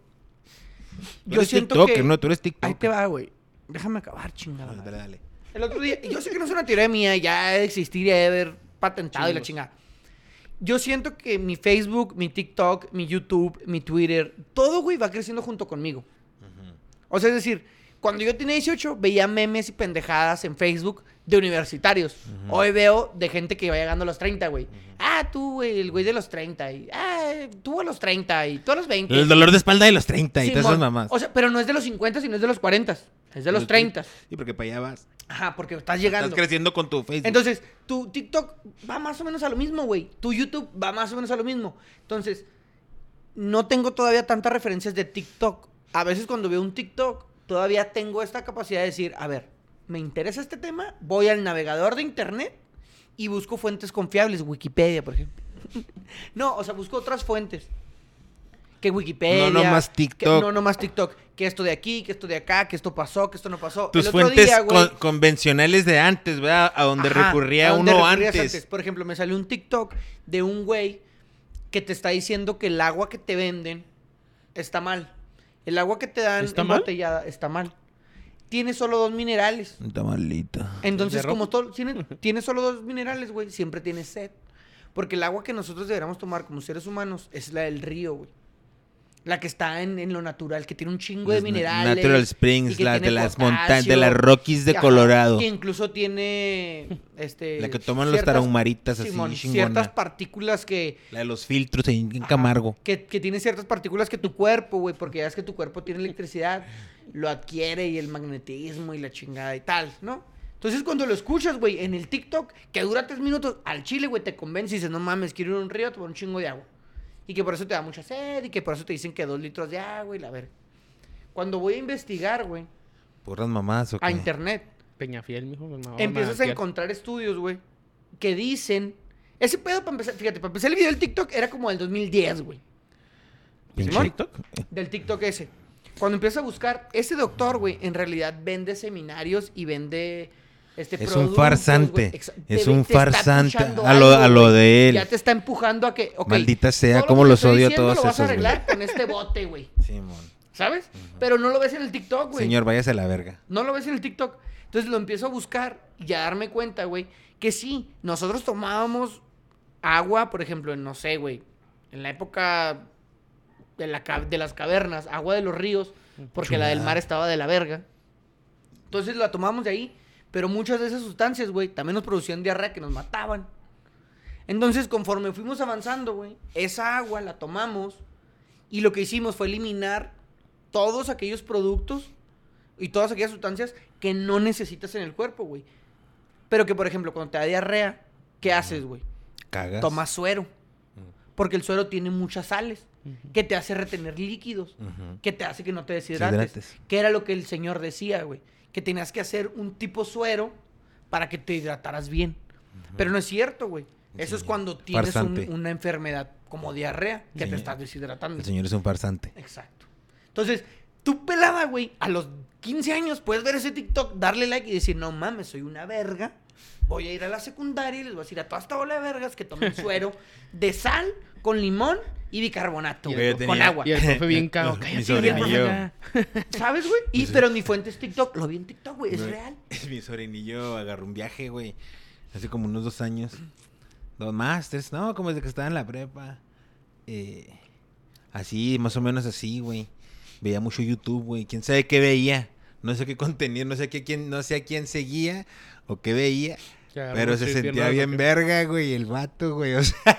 Speaker 1: Tú
Speaker 2: Yo
Speaker 1: eres
Speaker 2: siento
Speaker 1: TikToker,
Speaker 2: que.
Speaker 1: no, tú eres TikTok.
Speaker 2: Ahí te va, güey. Déjame acabar, chingada.
Speaker 1: Dale,
Speaker 2: madre.
Speaker 1: dale.
Speaker 2: El otro día, yo sé que no es una teoría mía, ya de existir y de haber patentado y la
Speaker 3: Chingos.
Speaker 2: chingada. Yo siento que mi Facebook, mi TikTok, mi YouTube, mi Twitter, todo, güey, va creciendo junto conmigo. O sea, es decir, cuando yo tenía 18, veía memes y pendejadas en Facebook de universitarios. Hoy veo de gente que va llegando a los 30, güey. Ah, tú, güey, el güey de los 30. Y, ah, tú a los 30 y tú a los 20.
Speaker 1: El dolor de espalda de los 30 y todas
Speaker 2: Simón.
Speaker 1: esas mamás.
Speaker 2: O sea, pero no es de los 50, sino es de los 40. Es de los 30.
Speaker 1: Sí, porque para allá vas.
Speaker 2: Ajá, porque estás llegando.
Speaker 1: Estás creciendo con tu Facebook.
Speaker 2: Entonces, tu TikTok va más o menos a lo mismo, güey. Tu YouTube va más o menos a lo mismo. Entonces, no tengo todavía tantas referencias de TikTok. A veces cuando veo un TikTok, todavía tengo esta capacidad de decir, a ver, me interesa este tema, voy al navegador de internet y busco fuentes confiables, Wikipedia, por ejemplo. no, o sea, busco otras fuentes. Que Wikipedia.
Speaker 1: No nomás
Speaker 2: que-
Speaker 1: TikTok.
Speaker 2: no nomás TikTok. Que esto de aquí, que esto de acá, que esto pasó, que esto no pasó.
Speaker 1: Tus
Speaker 2: El otro
Speaker 1: fuentes
Speaker 2: día, güey,
Speaker 1: con- convencionales de antes, ¿verdad? A donde
Speaker 2: Ajá,
Speaker 1: recurría
Speaker 2: a donde
Speaker 1: uno
Speaker 2: recurrías
Speaker 1: antes.
Speaker 2: Por ejemplo, me salió un TikTok de un güey que te está diciendo que el agua que te venden está mal. El agua que te dan
Speaker 3: ¿Está mal?
Speaker 2: embotellada está mal. Tiene solo dos minerales.
Speaker 1: Está malita.
Speaker 2: Entonces,
Speaker 3: ¿De
Speaker 2: como
Speaker 3: rojo?
Speaker 2: todo, tiene, tiene solo dos minerales, güey, siempre tienes sed. Porque el agua que nosotros deberíamos tomar como seres humanos es la del río, güey. La que está en, en lo natural, que tiene un chingo de
Speaker 1: Las na-
Speaker 2: minerales.
Speaker 1: Natural
Speaker 2: y
Speaker 1: Springs,
Speaker 2: que
Speaker 1: la
Speaker 2: tiene
Speaker 1: de las montañas,
Speaker 2: potasio,
Speaker 1: de las Rockies de
Speaker 2: Ajá,
Speaker 1: Colorado.
Speaker 2: Que incluso tiene. Este,
Speaker 1: La que toman los tarahumaritas así,
Speaker 2: Simón,
Speaker 1: chingona.
Speaker 2: ciertas partículas que.
Speaker 1: La de los filtros en, en Camargo.
Speaker 2: ajá, Que, que tiene ciertas partículas que tu cuerpo, güey, porque ya es que tu cuerpo tiene electricidad, lo adquiere y el magnetismo y la chingada y tal, ¿no? Entonces cuando lo escuchas, güey, en el TikTok, que dura tres minutos, al chile, güey, te convence y dices, no mames, quiero ir a un río a tomar un chingo de agua. Y que por eso te da mucha sed y que por eso te dicen que dos litros de agua y la verga. Cuando voy a investigar, güey,
Speaker 1: Porras mamás, ¿o
Speaker 2: a
Speaker 1: qué?
Speaker 2: internet,
Speaker 3: Peñafiel, mijo. me va
Speaker 2: empiezas a
Speaker 3: matar.
Speaker 2: encontrar estudios, güey, que dicen. Ese pedo para empezar, fíjate, para empezar el video del TikTok era como del 2010, güey.
Speaker 1: Pinche-
Speaker 2: Simón.
Speaker 3: TikTok?
Speaker 2: Del TikTok ese. Cuando empiezas a buscar, ese doctor, güey, en realidad vende seminarios y vende. Este,
Speaker 1: Es un
Speaker 2: productos,
Speaker 1: farsante.
Speaker 2: güey. Exa-
Speaker 1: Es
Speaker 2: te-
Speaker 1: un
Speaker 2: te está
Speaker 1: farsante.
Speaker 2: puchando
Speaker 1: A lo- a lo
Speaker 2: güey.
Speaker 1: de él.
Speaker 2: Ya te está empujando a que. ok,
Speaker 1: Maldita sea,
Speaker 2: todo lo
Speaker 1: cómo
Speaker 2: que te
Speaker 1: los
Speaker 2: estoy
Speaker 1: odio a
Speaker 2: diciendo
Speaker 1: todos
Speaker 2: Lo vas a
Speaker 1: esos, güey.
Speaker 2: arreglar con este bote, güey.
Speaker 1: Simón.
Speaker 2: ¿Sabes? Pero no lo ves en el TikTok, güey.
Speaker 1: Señor, váyase a la verga.
Speaker 2: No lo ves en el TikTok. Entonces lo empiezo a buscar y a darme cuenta, güey, que sí, nosotros tomábamos agua, por ejemplo, en no sé, güey, en la época de, la ca- de las cavernas, agua de los ríos, porque la del
Speaker 1: Chulada.
Speaker 2: mar estaba de la verga. Entonces la tomamos de ahí, pero muchas de esas sustancias, güey, también nos producían diarrea que nos mataban. Entonces, conforme fuimos avanzando, güey, esa agua la tomamos y lo que hicimos fue eliminar todos aquellos productos y todas aquellas sustancias que no necesitas en el cuerpo, güey. Pero que, por ejemplo, cuando te da diarrea, ¿qué haces, güey?
Speaker 1: Cagas.
Speaker 2: Tomas suero. Porque el suero tiene muchas sales que te hace retener líquidos,
Speaker 1: Ujú.
Speaker 2: que te hace que no te deshidrates.
Speaker 1: Mm. Deshidrates.
Speaker 2: Que era lo que el señor decía, güey. Que tenías que hacer un tipo suero para que te hidrataras bien. Pero no es cierto, güey. Eso es
Speaker 1: señor.
Speaker 2: cuando tienes un-
Speaker 1: Farsante.
Speaker 2: una enfermedad como diarrea que te
Speaker 1: señor.
Speaker 2: estás deshidratando.
Speaker 1: El señor es un farsante.
Speaker 2: Exacto. Entonces, tú pelada, güey, a los 15 años puedes ver ese TikTok, darle like y decir, no mames, soy una verga. Voy a ir a la secundaria y les voy a decir a toda esta bola de vergas que tomen suero de sal con limón y bicarbonato,
Speaker 1: Y el
Speaker 2: güey,
Speaker 1: profe
Speaker 2: con
Speaker 1: tenía-
Speaker 2: agua.
Speaker 3: Y el profe bien cagado.
Speaker 1: Mi
Speaker 3: Cállate,
Speaker 1: sobrino
Speaker 3: profe,
Speaker 1: y yo. Pues
Speaker 3: ya.
Speaker 2: ¿Sabes, güey? Y, pero mi fuente es TikTok. Lo vi en TikTok, güey, es
Speaker 1: Mi-
Speaker 2: real.
Speaker 1: Mi sobrinillo agarró un viaje, güey. Hace como unos dos años. Dos más, tres, no, como desde que estaba en la prepa. Eh, así, más o menos así, güey. Veía mucho YouTube, güey. ¿Quién sabe qué veía? No sé qué contenido, no sé qué, quién, no sé a quién seguía o qué veía.
Speaker 3: Ya,
Speaker 1: Pero se
Speaker 3: mucho de
Speaker 1: sentía
Speaker 3: pierna de
Speaker 1: bien
Speaker 3: profe.
Speaker 1: verga, güey, el vato, güey. O sea,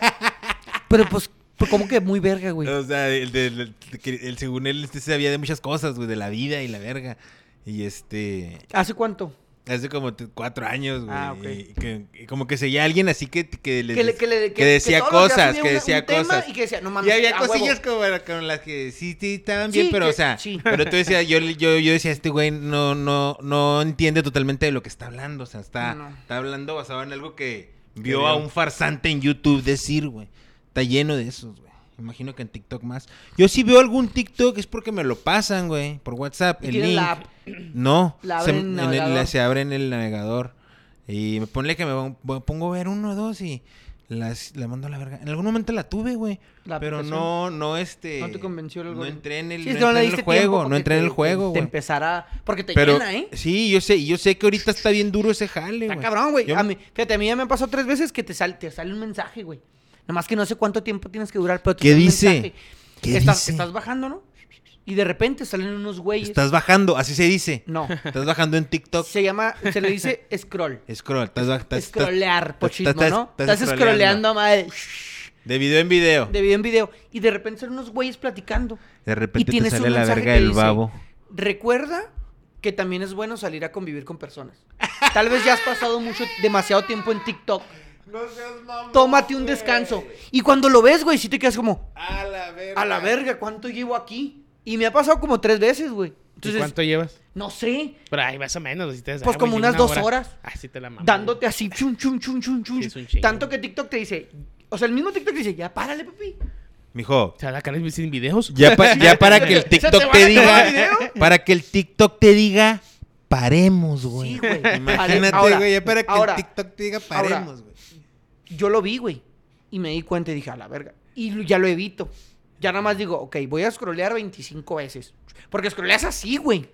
Speaker 2: Pero pues, pues, ¿cómo que muy verga, güey?
Speaker 1: o sea, el, de- el- que el- según él, este sabía de muchas cosas, güey, de la vida y la verga. Y este...
Speaker 2: ¿Hace cuánto?
Speaker 1: Hace como t- cuatro años, güey.
Speaker 2: Ah, ok.
Speaker 1: y que, y como que seguía a alguien así que, que, le-
Speaker 2: Que, le- que le-
Speaker 1: que
Speaker 2: que- que
Speaker 1: decía
Speaker 2: todos los días
Speaker 1: cosas,
Speaker 2: subía
Speaker 1: que
Speaker 2: una-
Speaker 1: decía
Speaker 2: un tema
Speaker 1: cosas.
Speaker 2: Y que decía, no mames,
Speaker 1: Y había
Speaker 2: a huevo".
Speaker 1: cosillas como la- con las que sí, sí, estaban
Speaker 2: Sí,
Speaker 1: bien, pero,
Speaker 2: que-
Speaker 1: o sea,
Speaker 2: sí.
Speaker 1: pero tú decías, yo, le- yo, yo decía, este güey no, no, no entiende totalmente de lo que está hablando, o sea, está,
Speaker 2: No.
Speaker 1: está hablando basado en algo que
Speaker 3: vio.
Speaker 1: vio a un farsante en YouTube decir, güey. Está lleno de esos, güey. Imagino que en TikTok más. Yo si veo algún TikTok es porque me lo pasan, güey, por WhatsApp,
Speaker 2: Y
Speaker 1: el
Speaker 2: tienen
Speaker 1: link.
Speaker 2: la app.
Speaker 1: No,
Speaker 2: La
Speaker 1: se,
Speaker 2: abren en
Speaker 1: en
Speaker 2: el
Speaker 1: el- la-
Speaker 2: navegador.
Speaker 1: se abre en el navegador. Y me ponle que me va- va- pongo a ver uno o dos y las, la mando a la verga. En algún momento la tuve, güey.
Speaker 2: La
Speaker 1: Pero
Speaker 2: aplicación.
Speaker 1: no, no este.
Speaker 2: No te convenció el
Speaker 1: No
Speaker 2: algoritmo.
Speaker 1: entré en el,
Speaker 2: Sí,
Speaker 1: no
Speaker 2: es que no le
Speaker 1: entré en el
Speaker 2: diste tiempo
Speaker 1: juego. No
Speaker 2: porque
Speaker 1: entré en el
Speaker 2: te-
Speaker 1: juego,
Speaker 2: Te
Speaker 1: güey.
Speaker 2: empezara. Porque te
Speaker 1: Pero
Speaker 2: llena, ¿eh?
Speaker 1: sí, yo sé, y yo sé que ahorita está bien duro ese jale, güey.
Speaker 2: Está cabrón, güey.
Speaker 1: Yo-
Speaker 2: A mí- Fíjate, a mí ya me pasó tres veces que te, sal- te sale un mensaje, güey. Nada más que no sé cuánto tiempo tienes que durar, pero te
Speaker 1: ¿Qué
Speaker 2: sale un
Speaker 1: dice?
Speaker 2: mensaje.
Speaker 1: ¿Qué
Speaker 2: estás,
Speaker 1: dice?
Speaker 2: estás bajando, ¿no? Y de repente salen unos güeyes.
Speaker 1: Estás bajando, así se dice.
Speaker 2: No.
Speaker 1: Estás bajando en TikTok.
Speaker 2: Se llama, se le dice scroll.
Speaker 1: Scroll, estás bajando.
Speaker 2: Scrollear, pochismo, ¿no? Estás
Speaker 1: scrolleando.
Speaker 2: scrolleando a madre.
Speaker 1: De video en video.
Speaker 2: De video en video. Y de repente salen unos güeyes platicando.
Speaker 1: De
Speaker 2: Y
Speaker 1: repente te
Speaker 2: tienes
Speaker 1: sale
Speaker 2: un
Speaker 1: la
Speaker 2: mensaje
Speaker 1: verga
Speaker 2: que
Speaker 1: del
Speaker 2: dice,
Speaker 1: babo.
Speaker 2: Recuerda que también es bueno salir a convivir con personas. Tal vez ya has pasado mucho, demasiado tiempo en TikTok.
Speaker 1: No seas mamón,
Speaker 2: Tómate un
Speaker 1: güey.
Speaker 2: descanso. Y cuando lo ves, güey, sí te quedas como,
Speaker 1: A la verga.
Speaker 2: a la verga, ¿cuánto llevo aquí? Y me ha pasado como tres veces, güey.
Speaker 3: ¿Y
Speaker 2: Entonces,
Speaker 3: cuánto llevas?
Speaker 2: no sé,
Speaker 3: Pero ahí más o menos. Si te das-
Speaker 2: Pues
Speaker 3: ah,
Speaker 2: como
Speaker 3: güey,
Speaker 2: unas
Speaker 3: una
Speaker 2: dos
Speaker 3: hora.
Speaker 2: horas.
Speaker 3: Ah, sí te la mamas.
Speaker 2: dándote así, chun, chun, chun, chun, chun.
Speaker 3: Sí, es un chingo.
Speaker 2: Tanto que TikTok te dice, o sea, el mismo TikTok te dice, ya párale, papi.
Speaker 1: Mijo,
Speaker 3: O sea, la cara es sin videos.
Speaker 1: ya, pa- ya para que el
Speaker 2: te van
Speaker 1: TikTok te
Speaker 2: a acabar el
Speaker 1: diga. Para que el TikTok te diga. Paremos, güey.
Speaker 2: Sí, güey.
Speaker 1: Imagínate,
Speaker 2: Ahora,
Speaker 1: güey. Ya para que
Speaker 2: ahora,
Speaker 1: el TikTok te diga
Speaker 2: ahora.
Speaker 1: paremos, güey.
Speaker 2: Yo lo vi, güey. Y me di cuenta y dije, a la verga. Y lo- ya lo evito. Ya nada más digo, ok, voy a scrollear 25 veces. Porque scrolleas así, güey.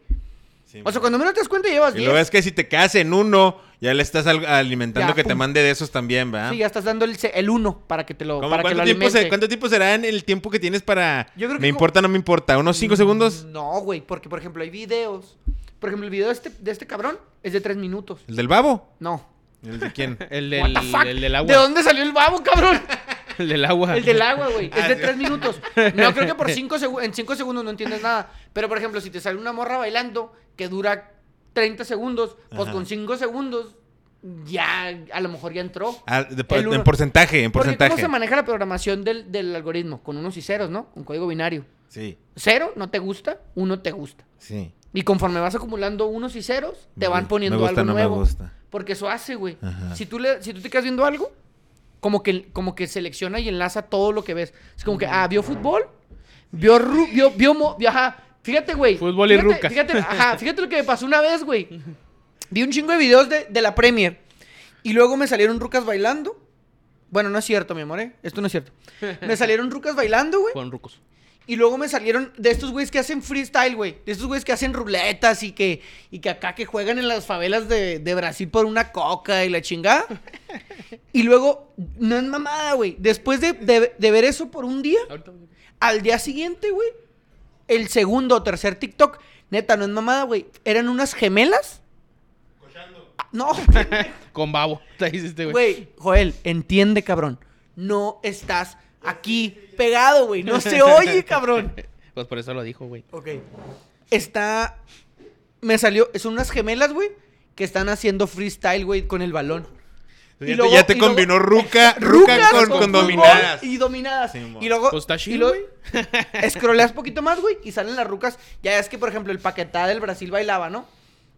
Speaker 2: O sea, cuando menos te das cuenta llevas
Speaker 1: Y lo
Speaker 2: 10.
Speaker 1: ves que si te quedas en uno, ya le estás al- alimentando
Speaker 2: Ya,
Speaker 1: que te
Speaker 2: pum.
Speaker 1: mande de esos también, ¿verdad?
Speaker 2: Sí, ya estás dando el, se- el uno para que te lo,
Speaker 1: ¿Cómo-
Speaker 2: para que
Speaker 1: cuánto,
Speaker 2: lo
Speaker 1: tiempo se-
Speaker 2: alimente.
Speaker 1: cuánto tiempo será en el tiempo que tienes para...
Speaker 2: Yo creo que Mm.
Speaker 1: me
Speaker 2: co-
Speaker 1: importa, no me importa. ¿Unos cinco segundos?
Speaker 2: No, güey, porque por ejemplo hay videos. Por ejemplo, el video de este, de este cabrón es de 3 minutos.
Speaker 1: ¿El del babo?
Speaker 2: No.
Speaker 1: ¿El de quién?
Speaker 3: El
Speaker 2: What
Speaker 3: del,
Speaker 2: the fuck?
Speaker 3: el del
Speaker 2: ¿De
Speaker 3: agua.
Speaker 2: dónde salió el babo, cabrón?
Speaker 3: El del agua.
Speaker 2: El del agua, güey. Es
Speaker 1: Ah,
Speaker 2: de
Speaker 1: sí.
Speaker 2: tres minutos. No, creo que por cinco segu- en cinco segundos no entiendes nada. Pero, por ejemplo, si te sale una morra bailando que dura 30 segundos, pues
Speaker 1: Ajá.
Speaker 2: con cinco segundos ya a lo mejor ya entró.
Speaker 1: Ah, de-
Speaker 2: El uno.
Speaker 1: en porcentaje, en
Speaker 2: Porque ¿cómo
Speaker 1: porcentaje.
Speaker 2: se maneja la programación del, del algoritmo? Con unos y ceros, ¿no? Con código binario.
Speaker 1: Sí,
Speaker 2: Cero no te gusta, uno te gusta.
Speaker 1: sí.
Speaker 2: Y conforme vas acumulando unos y ceros, te
Speaker 1: Me
Speaker 2: van
Speaker 1: gu-
Speaker 2: poniendo
Speaker 1: me gusta,
Speaker 2: algo
Speaker 1: no me
Speaker 2: nuevo.
Speaker 1: gusta.
Speaker 2: Porque eso hace, güey.
Speaker 1: Ajá.
Speaker 2: Si tú, le, si tú te quedas viendo algo, como que, como que selecciona y enlaza todo lo que ves. Es como que, ah, vio fútbol, vio, ru- vio, vio, mo- vio- ajá. Fíjate, güey.
Speaker 3: Fútbol y
Speaker 2: fíjate-
Speaker 3: rucas.
Speaker 2: Fíjate, ajá, fíjate lo que me pasó una vez, güey. Vi un chingo de videos de, de la Premier. Y luego me salieron rucas bailando. Bueno, no es cierto, mi amor, ¿eh? Esto no es cierto. Me salieron rucas bailando, güey.
Speaker 3: Con rucos.
Speaker 2: Y luego me salieron de estos güeyes que hacen freestyle, güey. De estos güeyes que hacen ruletas y que, y que acá que juegan en las favelas de, de Brasil por una coca y la chingada. Y luego, no es mamada, güey. Después de, de- de ver eso por un día,
Speaker 3: Ahorita voy.
Speaker 2: al día siguiente, güey, el segundo o tercer TikTok, neta, no es mamada, güey. Eran unas gemelas. Ah, No,
Speaker 3: Con babo. Te hiciste, güey.
Speaker 2: Güey, Joel, entiende, cabrón. No estás aquí pegado, güey. No se oye, cabrón.
Speaker 3: Pues por eso lo dijo, güey.
Speaker 2: Ok. Está. Me salió. Son unas gemelas, güey. Que están haciendo freestyle, güey, con el balón. Y
Speaker 1: ya,
Speaker 2: luego-
Speaker 1: te, ya te
Speaker 2: y luego-
Speaker 1: combinó ruca, ruca
Speaker 2: Rucas
Speaker 1: con, con
Speaker 2: fútbol
Speaker 1: dominadas.
Speaker 2: Y dominadas.
Speaker 1: Sí, mo.
Speaker 2: y luego.
Speaker 3: Pues está chido,
Speaker 2: y luego Scrolleas poquito más, güey. Y salen las rucas. Ya es que, por ejemplo, el Paquetá del Brasil bailaba, ¿no?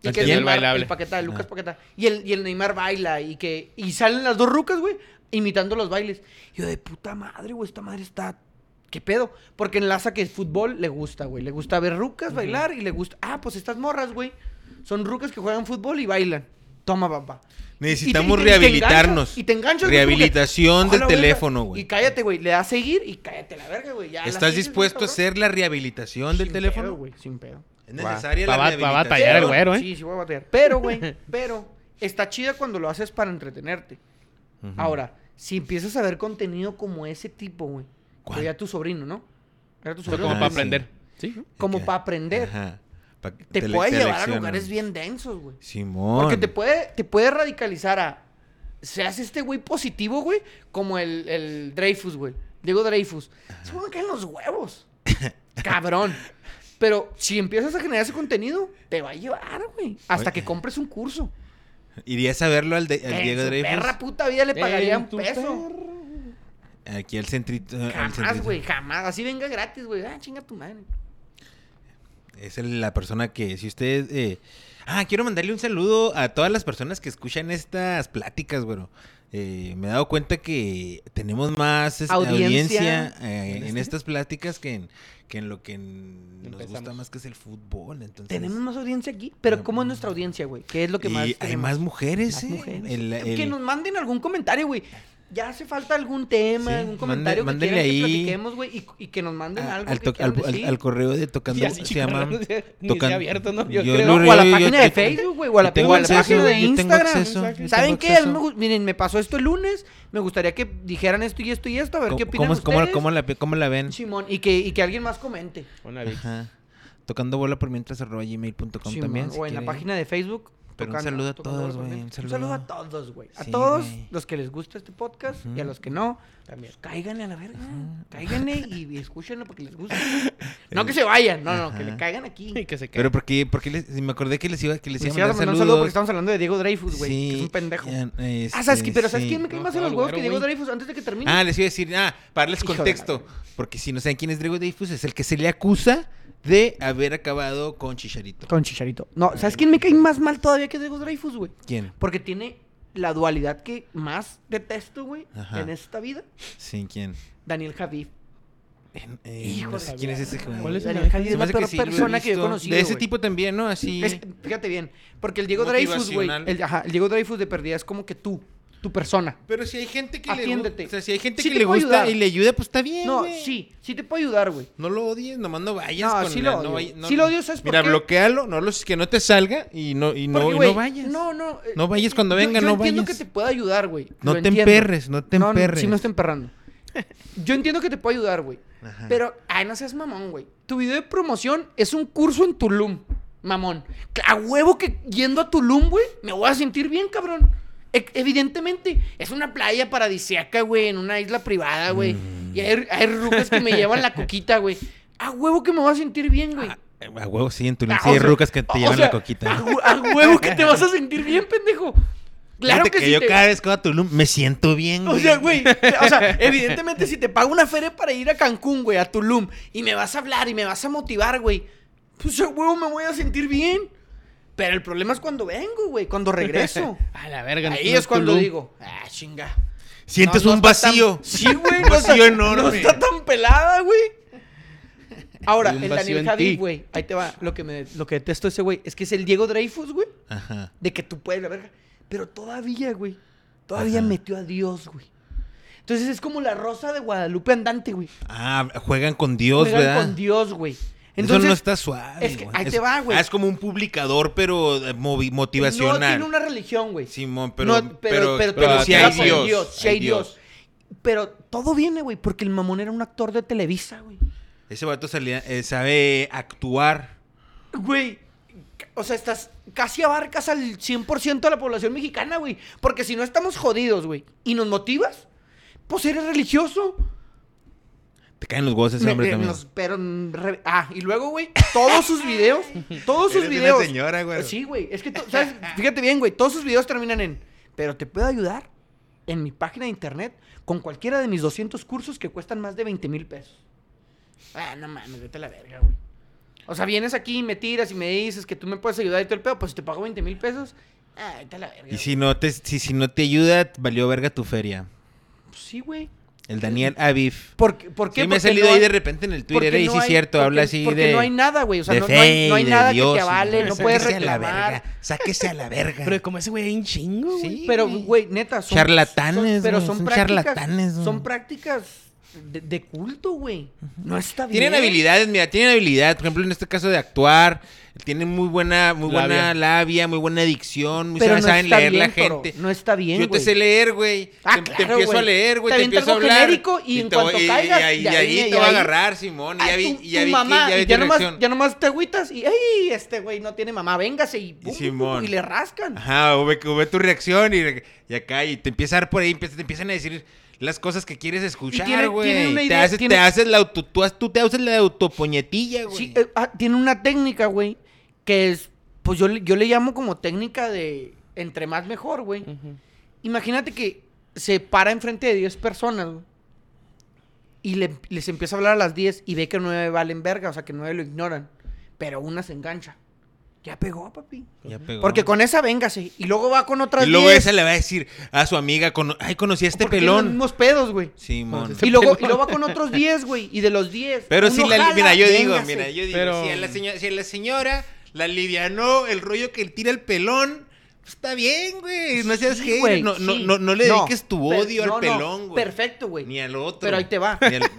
Speaker 2: Y
Speaker 3: El
Speaker 2: que el,
Speaker 3: quién?
Speaker 2: Neymar-
Speaker 3: Bailable.
Speaker 2: el Paquetá, el Lucas
Speaker 1: Ah.
Speaker 2: Paquetá. Y el, y el Neymar baila. Y que. Y salen las dos rucas, güey. Imitando los bailes. Y yo de puta madre, güey. Esta madre está. ¿Qué pedo? Porque enlaza que el fútbol le gusta, güey. Le gusta ver rucas bailar y le gusta. Ah, pues estas morras, güey. Son rucas que juegan fútbol y bailan. Toma, papá.
Speaker 1: Necesitamos
Speaker 2: Y te- y te-
Speaker 1: rehabilitarnos.
Speaker 2: Y te enganchas. güey,
Speaker 1: Rehabilitación
Speaker 2: como que,
Speaker 1: del
Speaker 2: "A la verga".
Speaker 1: teléfono, güey.
Speaker 2: Y cállate, güey. Le das seguir y cállate la verga, güey. Ya, a las
Speaker 1: ¿Estás
Speaker 2: seis es un
Speaker 1: dispuesto a
Speaker 2: cabrón.
Speaker 1: hacer la rehabilitación del
Speaker 2: Sin
Speaker 1: teléfono?
Speaker 2: pedo, güey, sin pedo.
Speaker 1: es necesaria
Speaker 3: Va-
Speaker 1: la
Speaker 3: va a- va a
Speaker 1: rehabilitación.
Speaker 3: batallar el güey. Pero, ¿eh?
Speaker 2: Sí, sí voy a batear. Pero, güey, pero está chida cuando lo haces para entretenerte.
Speaker 1: Ujú.
Speaker 2: Ahora, si empiezas a ver contenido como ese tipo, güey.
Speaker 1: ¿Cuál?
Speaker 2: Como ya tu sobrino, ¿no? Era tu
Speaker 3: Fue
Speaker 2: sobrino.
Speaker 3: como
Speaker 1: Ah,
Speaker 3: para
Speaker 1: sí.
Speaker 3: aprender. Sí.
Speaker 2: Como
Speaker 1: Ok.
Speaker 2: para aprender.
Speaker 1: Ajá. Pa-
Speaker 2: Te,
Speaker 1: le-
Speaker 2: puede llevar a
Speaker 1: seleccionan.
Speaker 2: lugares bien densos, güey.
Speaker 1: Simón.
Speaker 2: Porque te puede, te puede radicalizar a. Seas este güey positivo, güey, como el, el Dreyfus, güey. Diego Dreyfus. Se me caen los huevos. Cabrón. Pero si empiezas a generar ese contenido, te va a llevar, güey. Hasta que compres un curso.
Speaker 1: ¿Irías a verlo al, de- al
Speaker 2: En
Speaker 1: Diego
Speaker 2: su
Speaker 1: Dreyfus?
Speaker 2: perra puta vida le
Speaker 3: Eh,
Speaker 2: pagaría un peso.
Speaker 1: Aquí al centrito. al
Speaker 2: Jamás,
Speaker 1: centrito.
Speaker 2: güey, jamás. Así venga gratis, güey. Ah, chinga tu madre.
Speaker 1: Es el- la persona que, si usted... eh, Ah, quiero mandarle un saludo a todas las personas que escuchan estas pláticas, güey. Eh, me he dado cuenta que tenemos más este,
Speaker 2: Audiencia. este
Speaker 1: audiencia, eh, en estas pláticas que en, que en lo que en- nos
Speaker 3: Empezamos.
Speaker 1: gusta más que es el fútbol. Entonces,
Speaker 2: Tenemos más audiencia aquí, pero ¿cómo es nuestra audiencia, güey? ¿Qué es lo que
Speaker 1: y
Speaker 2: más
Speaker 1: hay
Speaker 2: tenemos?
Speaker 1: más mujeres,
Speaker 2: Las
Speaker 1: ¿eh?
Speaker 2: mujeres.
Speaker 1: El-
Speaker 2: Que
Speaker 1: el-
Speaker 2: nos manden algún comentario, güey. Ya hace falta algún tema,
Speaker 1: Sí,
Speaker 2: algún
Speaker 1: mande-
Speaker 2: comentario que
Speaker 1: mándenle
Speaker 2: quieran que
Speaker 1: ahí.
Speaker 2: platiquemos, güey, y, y que nos manden
Speaker 1: a-
Speaker 2: algo
Speaker 1: al,
Speaker 2: que
Speaker 1: to-
Speaker 2: quieran
Speaker 1: al- al-
Speaker 2: decir.
Speaker 1: al correo de tocando
Speaker 3: Y así,
Speaker 1: se llama
Speaker 3: chicarrón, ni
Speaker 1: tocan-
Speaker 3: se ha abierto, ¿no? Yo
Speaker 1: Yo
Speaker 3: creo.
Speaker 1: lo
Speaker 2: O a la
Speaker 1: yo- yo-
Speaker 2: página
Speaker 1: yo
Speaker 2: de
Speaker 1: te-
Speaker 2: Facebook, güey, o a la,
Speaker 1: tengo
Speaker 2: o a la
Speaker 1: acceso,
Speaker 2: página de
Speaker 1: yo tengo
Speaker 2: Instagram.
Speaker 1: acceso, yo tengo
Speaker 2: ¿Saben qué? A mí me
Speaker 1: acceso.
Speaker 2: gu- miren, me pasó esto el lunes. Me gustaría que dijeran esto y esto y esto. A ver qué
Speaker 1: ¿Cómo,
Speaker 2: opinan
Speaker 1: cómo es- cómo la-
Speaker 2: ustedes.
Speaker 1: cómo la, cómo la ven?
Speaker 2: Simón, y que, y que alguien más comente.
Speaker 3: Una vez.
Speaker 1: Ajá. Tocando bola por mientras arroba gmail.com
Speaker 2: Simón,
Speaker 1: también.
Speaker 2: o
Speaker 1: si
Speaker 2: en la
Speaker 1: quieren.
Speaker 2: página de Facebook,
Speaker 1: Pero un
Speaker 2: tocando-
Speaker 1: saludo a
Speaker 2: tocando
Speaker 1: todos,
Speaker 2: los
Speaker 1: güey,
Speaker 2: cornetas.
Speaker 1: un
Speaker 2: Un saludo a
Speaker 1: saludo.
Speaker 2: todos, güey. A
Speaker 1: Sí,
Speaker 2: todos
Speaker 1: güey.
Speaker 2: los que les gusta este podcast y a
Speaker 1: Ujú.
Speaker 2: los que no,
Speaker 3: También.
Speaker 2: pues cáiganle a la verga. Cáiganle y escúchenlo porque les gusta. No que se vayan, no, no, que le
Speaker 1: Ajá.
Speaker 2: caigan aquí.
Speaker 3: Y que se
Speaker 1: Pero porque, porque les, me acordé que les iba, que les
Speaker 2: Les
Speaker 1: iba
Speaker 2: iba a mandar un saludo porque
Speaker 1: saludos.
Speaker 2: estamos hablando de Diego Dreyfus, güey. que es
Speaker 1: Sí,
Speaker 2: un pendejo.
Speaker 1: ya,
Speaker 2: ah, ¿sabes
Speaker 1: este,
Speaker 2: qué? Pero ¿sabes
Speaker 1: sí.
Speaker 2: quién me cae
Speaker 3: No,
Speaker 2: más en los
Speaker 3: al
Speaker 2: huevos
Speaker 3: güero,
Speaker 2: que Diego
Speaker 3: güey.
Speaker 2: Dreyfus antes de que termine?
Speaker 1: Ah, les iba a decir, ah, para darles
Speaker 2: Hijo de la
Speaker 1: contexto,
Speaker 2: verga.
Speaker 1: porque si no saben quién es Diego Dreyfus, es el que se le acusa de haber acabado con Chicharito.
Speaker 2: Con Chicharito. No, ¿sabes quién me cae más mal todavía que Diego Dreyfus, güey?
Speaker 1: ¿Quién?
Speaker 2: Porque tiene la dualidad que más detesto, güey,
Speaker 1: Ajá.
Speaker 2: en esta vida.
Speaker 1: Sí, ¿quién?
Speaker 2: Daniel Javid.
Speaker 1: En- eh,
Speaker 2: Hijo
Speaker 1: no
Speaker 2: de
Speaker 1: sé
Speaker 2: la
Speaker 1: quién es ese güey.
Speaker 3: ¿Cuál es el-
Speaker 2: Daniel Javid
Speaker 1: Se
Speaker 2: es
Speaker 1: me
Speaker 2: la
Speaker 1: hace que
Speaker 2: peor
Speaker 1: sí lo he
Speaker 2: persona que yo he
Speaker 1: visto.
Speaker 2: conocido.
Speaker 1: De ese
Speaker 2: güey.
Speaker 1: tipo también, ¿no? Así.
Speaker 2: Es- fíjate bien. Porque el Diego Dreyfus, güey.
Speaker 1: Motivacional.
Speaker 2: El, ajá, el Diego Dreyfus de perdida es como que tú, tu persona.
Speaker 1: Pero si hay gente que le
Speaker 2: Atiéndete.
Speaker 1: gusta, o sea, si hay gente
Speaker 2: Sí
Speaker 1: que
Speaker 2: te
Speaker 1: le
Speaker 2: puedo
Speaker 1: gusta
Speaker 2: ayudar.
Speaker 1: y le ayuda, pues está bien,
Speaker 2: No,
Speaker 1: güey.
Speaker 2: sí, sí te puedo ayudar, güey.
Speaker 1: No lo odies, nomás no vayas
Speaker 2: No,
Speaker 1: con
Speaker 2: sí
Speaker 1: la-
Speaker 2: lo odio.
Speaker 1: vay-
Speaker 2: Sí lo odio, ¿sabes por
Speaker 1: Mira,
Speaker 2: qué?
Speaker 1: bloquealo, no lo que no te salga y no y no,
Speaker 2: Porque,
Speaker 1: y
Speaker 2: güey,
Speaker 1: no vayas.
Speaker 2: No, no. eh,
Speaker 1: No vayas cuando
Speaker 2: yo-
Speaker 1: venga,
Speaker 2: yo
Speaker 1: no
Speaker 2: entiendo
Speaker 1: vayas.
Speaker 2: que te pueda ayudar, güey.
Speaker 1: No
Speaker 2: lo
Speaker 1: te
Speaker 2: entiendo.
Speaker 1: emperres, no te emperres.
Speaker 2: sí, no te emperrando. Yo entiendo que te puedo ayudar, güey.
Speaker 1: Ajá.
Speaker 2: Pero, ay, no seas mamón, güey. Tu video de promoción es un curso en Tulum, mamón. A huevo que yendo a Tulum, güey, me voy a sentir bien, cabrón. E- evidentemente, es una playa paradisiaca, güey, en una isla privada, güey.
Speaker 1: Mm.
Speaker 2: Y hay, hay rucas que me llevan la coquita, güey. A huevo que me voy a sentir bien,
Speaker 1: Ah,
Speaker 2: güey.
Speaker 1: Eh, A huevo, sí, en tu
Speaker 2: Ah,
Speaker 1: lista
Speaker 2: o
Speaker 1: hay
Speaker 2: sea,
Speaker 1: rucas que
Speaker 2: o
Speaker 1: te llevan
Speaker 2: sea, ah,
Speaker 1: la coquita.
Speaker 2: A, hue- a huevo que te vas a sentir bien, pendejo. Claro
Speaker 1: Fíjate
Speaker 2: que, sí.
Speaker 1: yo
Speaker 2: te-
Speaker 1: cada vez que voy a Tulum me siento bien,
Speaker 2: O sea, güey, o sea, evidentemente si te pago una feria para ir a Cancún, güey, a Tulum, y me vas a hablar y me vas a motivar, güey, pues a huevo me voy a sentir bien. Pero el problema es cuando vengo, güey, cuando regreso.
Speaker 3: A la verga.
Speaker 2: Ahí
Speaker 3: entonces
Speaker 2: es cuando
Speaker 3: Tulum.
Speaker 2: digo, ah, chinga.
Speaker 1: Sientes
Speaker 2: No, no
Speaker 1: un
Speaker 2: está tan-
Speaker 1: vacío.
Speaker 2: Sí, güey,
Speaker 1: Un
Speaker 2: no está,
Speaker 1: vacío enorme.
Speaker 2: no está tan pelada, güey. Ahora,
Speaker 3: Y un
Speaker 2: el
Speaker 3: vacío
Speaker 2: Daniel
Speaker 3: en ti.
Speaker 2: Javid, güey, ahí te va. Lo que, me, lo que detesto ese güey es que es el Diego Dreyfus, güey,
Speaker 1: Ajá.
Speaker 2: de que tú puedes la verga. Pero todavía, güey, todavía
Speaker 1: Ajá.
Speaker 2: metió a Dios, güey. Entonces es como la rosa de Guadalupe andante, güey.
Speaker 1: Ah, juegan con Dios,
Speaker 2: Juegan
Speaker 1: ¿verdad?
Speaker 2: con Dios, güey.
Speaker 1: Eso
Speaker 2: Entonces,
Speaker 1: no está suave.
Speaker 2: es que
Speaker 1: güey.
Speaker 2: ahí
Speaker 1: Es-
Speaker 2: te va, güey.
Speaker 1: ah, es como un publicador, pero eh, movi-
Speaker 2: no
Speaker 1: motivacional.
Speaker 2: tiene una religión, güey.
Speaker 1: Simón,
Speaker 2: No,
Speaker 1: pero, pero, pero, sí hay
Speaker 2: motiva por
Speaker 1: Dios.
Speaker 2: sí hay Dios. Pero todo viene, güey, porque el mamón era un actor de Televisa, güey.
Speaker 1: Ese vato salía, eh, sabe actuar.
Speaker 2: Güey, ca- o sea, estás casi abarcas al 100% de la población mexicana, güey. Porque si no estamos jodidos, güey, y nos motivas, pues eres religioso.
Speaker 1: Te caen los huevos ese
Speaker 2: Me-
Speaker 1: hombre
Speaker 2: me-
Speaker 1: también.
Speaker 2: los- pero, mm, re- ah, y luego, güey, todos sus videos, todos sus
Speaker 1: Eres una
Speaker 2: videos.
Speaker 1: señora, güey.
Speaker 2: Sí, güey, es que, to- ¿sabes? Fíjate bien, güey, todos sus videos terminan en, pero te puedo ayudar en mi página de internet con cualquiera de mis 200 cursos que cuestan más de 20 mil pesos. Ah, no mames, vete a la verga, güey. O sea, vienes aquí y me tiras y me dices que tú me puedes ayudar y todo el pedo, pues si te pago 20 mil pesos, ah, vete a la verga.
Speaker 1: Y si no te, si, si no te ayuda, valió verga tu feria.
Speaker 2: güey. Pues sí, güey.
Speaker 1: El Daniel Aviv.
Speaker 2: ¿Por, qué- por qué?
Speaker 1: Sí, me ha
Speaker 2: Porque
Speaker 1: salido
Speaker 2: no
Speaker 1: ahí
Speaker 2: hay-
Speaker 1: de repente en el Twitter.
Speaker 2: Porque
Speaker 1: Y
Speaker 2: no
Speaker 1: sí,
Speaker 2: hay-
Speaker 1: cierto,
Speaker 2: porque-
Speaker 1: habla así
Speaker 2: porque
Speaker 1: de.
Speaker 2: no hay nada, güey. O sea,
Speaker 1: de
Speaker 2: no, no hay, no hay
Speaker 1: fe y de
Speaker 2: nada
Speaker 1: Dios,
Speaker 2: que
Speaker 1: y
Speaker 2: te avale, no puedes
Speaker 1: sáquese a la verga,
Speaker 2: reclamar.
Speaker 1: Sáquese a la verga.
Speaker 3: Pero como ese güey hay un chingo, güey.
Speaker 1: Sí,
Speaker 2: Pero, güey, neta, son...
Speaker 1: Charlatanes,
Speaker 2: son- pero
Speaker 1: güey,
Speaker 2: son,
Speaker 1: son
Speaker 2: prácticas,
Speaker 1: charlatanes, güey.
Speaker 2: Son prácticas de, de culto, güey. No está bien.
Speaker 1: Tienen habilidades, mira, tienen habilidad, por ejemplo, en este caso de actuar, tienen muy buena, muy
Speaker 3: Labia.
Speaker 1: buena labia, muy buena dicción, muy
Speaker 2: Pero
Speaker 1: saben,
Speaker 2: no
Speaker 1: saben
Speaker 2: está
Speaker 1: leer la
Speaker 2: bien, Toro,
Speaker 1: gente.
Speaker 2: no está bien,
Speaker 1: Yo
Speaker 2: güey.
Speaker 1: te sé leer, güey.
Speaker 2: Ah,
Speaker 1: te, te
Speaker 2: claro,
Speaker 1: empiezo a
Speaker 2: güey.
Speaker 1: leer, güey.
Speaker 2: Te
Speaker 1: Te,
Speaker 2: avienta
Speaker 1: empiezo a
Speaker 2: algo
Speaker 1: hablar.
Speaker 2: genérico y en
Speaker 1: te voy-
Speaker 2: cuanto caigas,
Speaker 1: y ahí,
Speaker 2: ya
Speaker 1: y ahí
Speaker 2: viene,
Speaker 1: te
Speaker 2: y
Speaker 1: va a
Speaker 2: ahí-
Speaker 1: agarrar, Simón. Y
Speaker 2: Ah,
Speaker 1: ya vi,
Speaker 2: tu-
Speaker 1: y ya
Speaker 2: tu
Speaker 1: vi,
Speaker 2: mamá,
Speaker 1: que, ya vi
Speaker 2: y ya
Speaker 1: tu
Speaker 2: nomás,
Speaker 1: reacción.
Speaker 2: ya nomás te agüitas y, ¡ey! Este güey no tiene mamá, véngase y, pum, pum, pum,
Speaker 1: Simón.
Speaker 2: y le rascan.
Speaker 1: Ajá, o ve, o ve tu reacción y, y acá, y te empieza a dar por ahí, empieza- te empiezan a decir las cosas que quieres
Speaker 2: tiene-
Speaker 1: escuchar,
Speaker 2: tienen
Speaker 1: güey.
Speaker 2: una
Speaker 1: Te
Speaker 2: idea,
Speaker 1: haces,
Speaker 2: tienen-
Speaker 1: te haces la auto, tú, has- tú te haces la autopuñetilla, güey.
Speaker 2: Sí, eh, ah, tiene una técnica, güey, que es, pues yo, le- yo le llamo como técnica de entre más mejor, güey.
Speaker 3: Ujú.
Speaker 2: Imagínate que se para enfrente de 10 personas, güey, Y le- les empieza a hablar a las 10 y ve que 9 valen verga, o sea que 9 lo ignoran. Pero una se engancha. Ya pegó, papi.
Speaker 1: Ya pegó.
Speaker 2: Porque con esa véngase. Y luego va con otras
Speaker 1: Y luego
Speaker 2: 10,
Speaker 1: esa le va a decir a su amiga, cono- ay, conocí a este
Speaker 2: porque tienen los
Speaker 1: pelón.
Speaker 2: mismos pedos, güey.
Speaker 1: Simón.
Speaker 3: Este
Speaker 2: Y luego, y
Speaker 3: pelón.
Speaker 2: luego va con otros 10, güey. Y de los 10.
Speaker 1: Pero
Speaker 2: uno
Speaker 1: si la,
Speaker 2: jala,
Speaker 1: mira, yo digo,
Speaker 2: véngase.
Speaker 1: mira, yo digo,
Speaker 3: Pero-
Speaker 1: si, a la señora, si a la señora la alivianó el rollo que tira el pelón, pues está bien, güey. No seas
Speaker 2: Sí,
Speaker 1: que
Speaker 2: güey,
Speaker 1: no, no,
Speaker 2: sí.
Speaker 1: no, no le dediques tu
Speaker 2: per-
Speaker 1: odio
Speaker 2: no,
Speaker 1: al
Speaker 2: no,
Speaker 1: pelón, güey.
Speaker 2: Perfecto, güey.
Speaker 1: Ni al otro.
Speaker 2: Pero ahí te va.
Speaker 1: Ni al-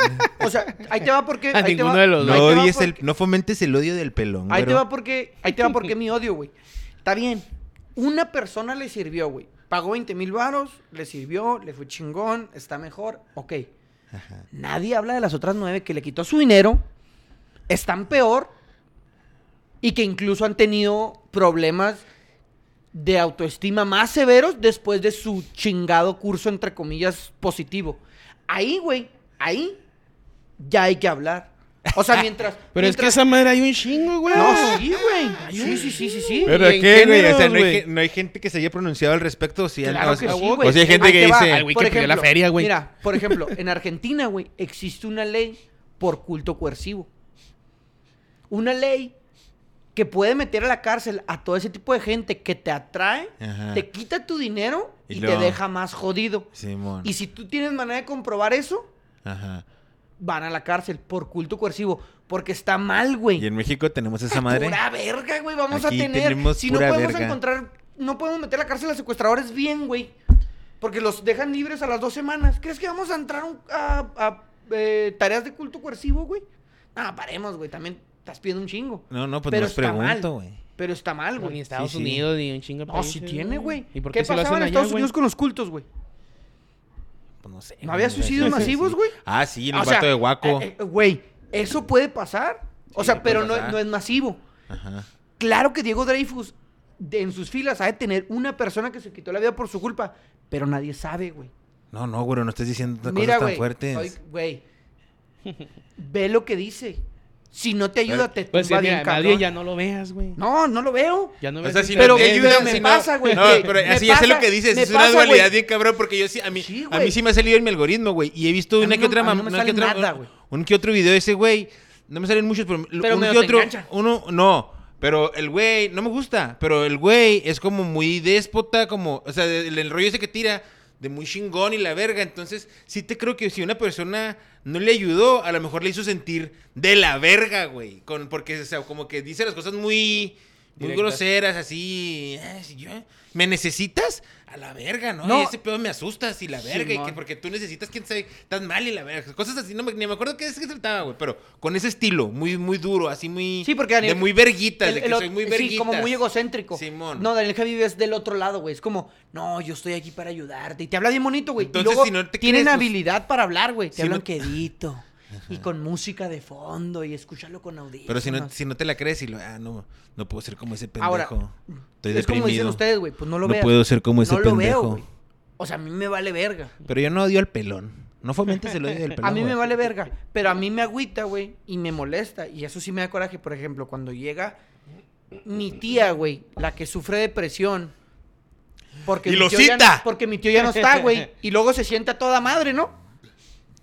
Speaker 2: O sea, ahí te va porque.
Speaker 3: A
Speaker 2: ahí te
Speaker 3: ninguno
Speaker 2: va-
Speaker 3: de los
Speaker 2: ahí
Speaker 1: No
Speaker 2: te va
Speaker 1: odies el,
Speaker 2: porque-
Speaker 1: no fomentes el odio del pelón,
Speaker 2: Ahí te
Speaker 1: güero.
Speaker 2: va porque. Ahí te va porque mi odio, güey. Está bien. Una persona le sirvió, güey. Pagó 20 mil varos, le sirvió, le fue chingón, está mejor. Ok.
Speaker 1: Ajá.
Speaker 2: Nadie habla de las otras nueve que le quitó su dinero, están peor y que incluso han tenido problemas de autoestima más severos después de su chingado curso, entre comillas, positivo. Ahí, güey, ahí ya hay que hablar. O sea, mientras...
Speaker 3: Pero es que
Speaker 2: mientras-
Speaker 3: esa madre hay un chingo, güey.
Speaker 2: No, sí, güey. Sí, sí, sí, sí, sí.
Speaker 1: Pero
Speaker 3: Y en
Speaker 1: qué, güey, o sea,
Speaker 3: géneros,
Speaker 1: no hay,
Speaker 3: güey.
Speaker 1: gen- no hay gente que se haya pronunciado al respecto. Si al-
Speaker 2: Claro
Speaker 1: o sea,
Speaker 2: que sí,
Speaker 1: o
Speaker 2: güey.
Speaker 1: sea, Pues hay gente
Speaker 2: Ahí
Speaker 1: que
Speaker 2: te va.
Speaker 1: dice,
Speaker 3: Ay, güey, que perdió la feria, güey.
Speaker 2: Mira, por ejemplo, en Argentina, güey, existe una ley por culto coercivo. Una ley que puede meter a la cárcel a todo ese tipo de gente que te atrae,
Speaker 1: Ajá.
Speaker 2: te quita tu dinero
Speaker 1: Y
Speaker 2: y,
Speaker 1: luego-
Speaker 2: te deja más jodido.
Speaker 1: Simón.
Speaker 2: Y si tú tienes manera de comprobar eso,
Speaker 1: Ajá.
Speaker 2: van a la cárcel por culto coercivo. Porque está mal, güey.
Speaker 1: Y en México tenemos esa madre.
Speaker 2: Pura verga, güey, vamos
Speaker 1: Aquí
Speaker 2: a tener.
Speaker 1: tenemos
Speaker 2: Si no
Speaker 1: pura
Speaker 2: podemos
Speaker 1: verga.
Speaker 2: encontrar, no podemos meter a la cárcel a secuestradores bien, güey. Porque los dejan libres a las dos semanas. ¿Crees que vamos a entrar un- a, a, eh, tareas de culto coercivo, güey? Ah, paremos, güey. También estás pidiendo un chingo.
Speaker 1: No, no, pues
Speaker 2: Pero
Speaker 1: no les
Speaker 2: está mal.
Speaker 1: pregunto, güey.
Speaker 2: Pero está mal,
Speaker 3: Ni
Speaker 2: güey.
Speaker 3: Estados
Speaker 1: Sí, sí.
Speaker 3: Unidos ni un chingo de
Speaker 2: No,
Speaker 3: países,
Speaker 2: si tiene, güey.
Speaker 3: ¿Y por
Speaker 2: ¿Qué
Speaker 3: qué, se lo
Speaker 2: pasaba
Speaker 3: hacen
Speaker 2: en
Speaker 3: allá,
Speaker 2: Estados
Speaker 3: güey?
Speaker 2: Unidos con los cultos, güey?
Speaker 1: Pues no sé.
Speaker 2: ¿No había
Speaker 1: güey.
Speaker 2: suicidios
Speaker 1: Sí, sí,
Speaker 2: masivos,
Speaker 1: sí.
Speaker 2: güey?
Speaker 1: Ah, sí, el
Speaker 2: O
Speaker 1: vato
Speaker 2: sea,
Speaker 1: de Guaco.
Speaker 2: eh, eh, Güey, eso puede pasar. O
Speaker 1: Sí,
Speaker 2: sea,
Speaker 1: puede
Speaker 2: pero no,
Speaker 1: pasar.
Speaker 2: no es masivo.
Speaker 1: Ajá.
Speaker 2: Claro que Diego Dreyfus de- en sus filas ha de tener una persona que se quitó la vida por su culpa, pero nadie sabe, güey.
Speaker 1: No, no, güey, no estás diciendo
Speaker 2: Mira,
Speaker 1: cosas tan
Speaker 2: güey.
Speaker 1: fuertes.
Speaker 2: soy- Güey. Ve lo que dice. Si no te ayuda, te
Speaker 3: Pues sí,
Speaker 2: tumba
Speaker 3: mira,
Speaker 2: bien,
Speaker 3: nadie
Speaker 2: cabrón.
Speaker 3: ya no lo veas, güey.
Speaker 2: No, no lo veo.
Speaker 3: Ya no
Speaker 1: O
Speaker 3: ves.
Speaker 1: sea, si
Speaker 2: Pero
Speaker 1: no te
Speaker 2: me
Speaker 1: ayuda,
Speaker 2: ayuda, me
Speaker 1: si no-
Speaker 2: pasa, güey,
Speaker 1: No,
Speaker 2: que
Speaker 1: pero
Speaker 2: me
Speaker 1: así ya sé
Speaker 2: pasa,
Speaker 1: lo que dices.
Speaker 2: me
Speaker 1: Es una
Speaker 2: pasa,
Speaker 1: dualidad
Speaker 2: güey.
Speaker 1: bien cabrón porque yo sí, a mí,
Speaker 2: Sí,
Speaker 1: a
Speaker 2: güey.
Speaker 1: mí sí me ha salido en mi algoritmo, güey. Y he visto
Speaker 2: A
Speaker 1: una
Speaker 2: mí
Speaker 1: que
Speaker 2: no-
Speaker 1: otra
Speaker 2: a mí no
Speaker 1: mam-
Speaker 2: me
Speaker 1: una
Speaker 2: sale
Speaker 1: que otra-
Speaker 2: nada,
Speaker 1: un,
Speaker 2: güey.
Speaker 1: un que otro video de ese güey. No me salen muchos, pero,
Speaker 2: Pero
Speaker 1: un
Speaker 2: medio te
Speaker 1: que otro,
Speaker 2: engancha.
Speaker 1: uno, no. Pero el güey, no me gusta, pero el güey es como muy déspota, como, o sea, el, el rollo ese que tira de muy chingón y la verga. Entonces, sí te creo que si una persona no le ayudó, a lo mejor le hizo sentir de la verga, güey. Con, porque, o sea, como que dice las cosas muy, muy
Speaker 3: Directas.
Speaker 1: groseras, así. "Ah, si yo- ¿Me necesitas? A la verga, ¿no?
Speaker 2: No.
Speaker 1: Y ese pedo me asustas y la verga, y que
Speaker 2: Simón.
Speaker 1: porque tú necesitas quién sabe tan mal y la verga. Cosas así, no me, ni me acuerdo qué es que trataba, güey. Pero con ese estilo, muy, muy duro, así muy.
Speaker 2: Sí, porque Daniel-
Speaker 1: De muy verguitas,
Speaker 2: El-
Speaker 1: de que
Speaker 2: el ot-
Speaker 1: soy muy verguitas.
Speaker 2: sí, como muy egocéntrico.
Speaker 1: Simón.
Speaker 2: No, Daniel Javi es del otro lado, güey. Es como, no, yo estoy aquí para ayudarte. Y te habla bien bonito, güey.
Speaker 1: Entonces,
Speaker 2: y luego
Speaker 1: si no te
Speaker 2: tienen
Speaker 1: crees, pues-
Speaker 2: habilidad para hablar, güey. Te
Speaker 1: Si
Speaker 2: hablan
Speaker 1: no-
Speaker 2: quedito. Y con música de fondo y escúchalo con audífonos.
Speaker 1: Pero si no, si no te la crees y lo. Ah, no, no puedo ser como ese pendejo.
Speaker 2: Ahora,
Speaker 1: Estoy
Speaker 2: es como dicen
Speaker 1: deprimido.
Speaker 2: ustedes, güey. Pues no lo
Speaker 1: No
Speaker 2: veas.
Speaker 1: puedo ser como ese
Speaker 2: No lo veo,
Speaker 1: pendejo.
Speaker 2: güey. O sea, a mí me vale verga.
Speaker 1: Pero yo no odio al pelón. No fomentes el odio del pelón.
Speaker 2: a mí me
Speaker 1: güey.
Speaker 2: vale verga. Pero a mí me agüita, güey. Y me molesta. Y eso sí me da coraje. Por ejemplo, cuando llega mi tía, güey, la que sufre depresión. Porque
Speaker 1: Y
Speaker 2: mi
Speaker 1: lo
Speaker 2: tío ya
Speaker 1: cita.
Speaker 2: no- porque mi tío ya no está, güey. Y luego se sienta toda madre, ¿no?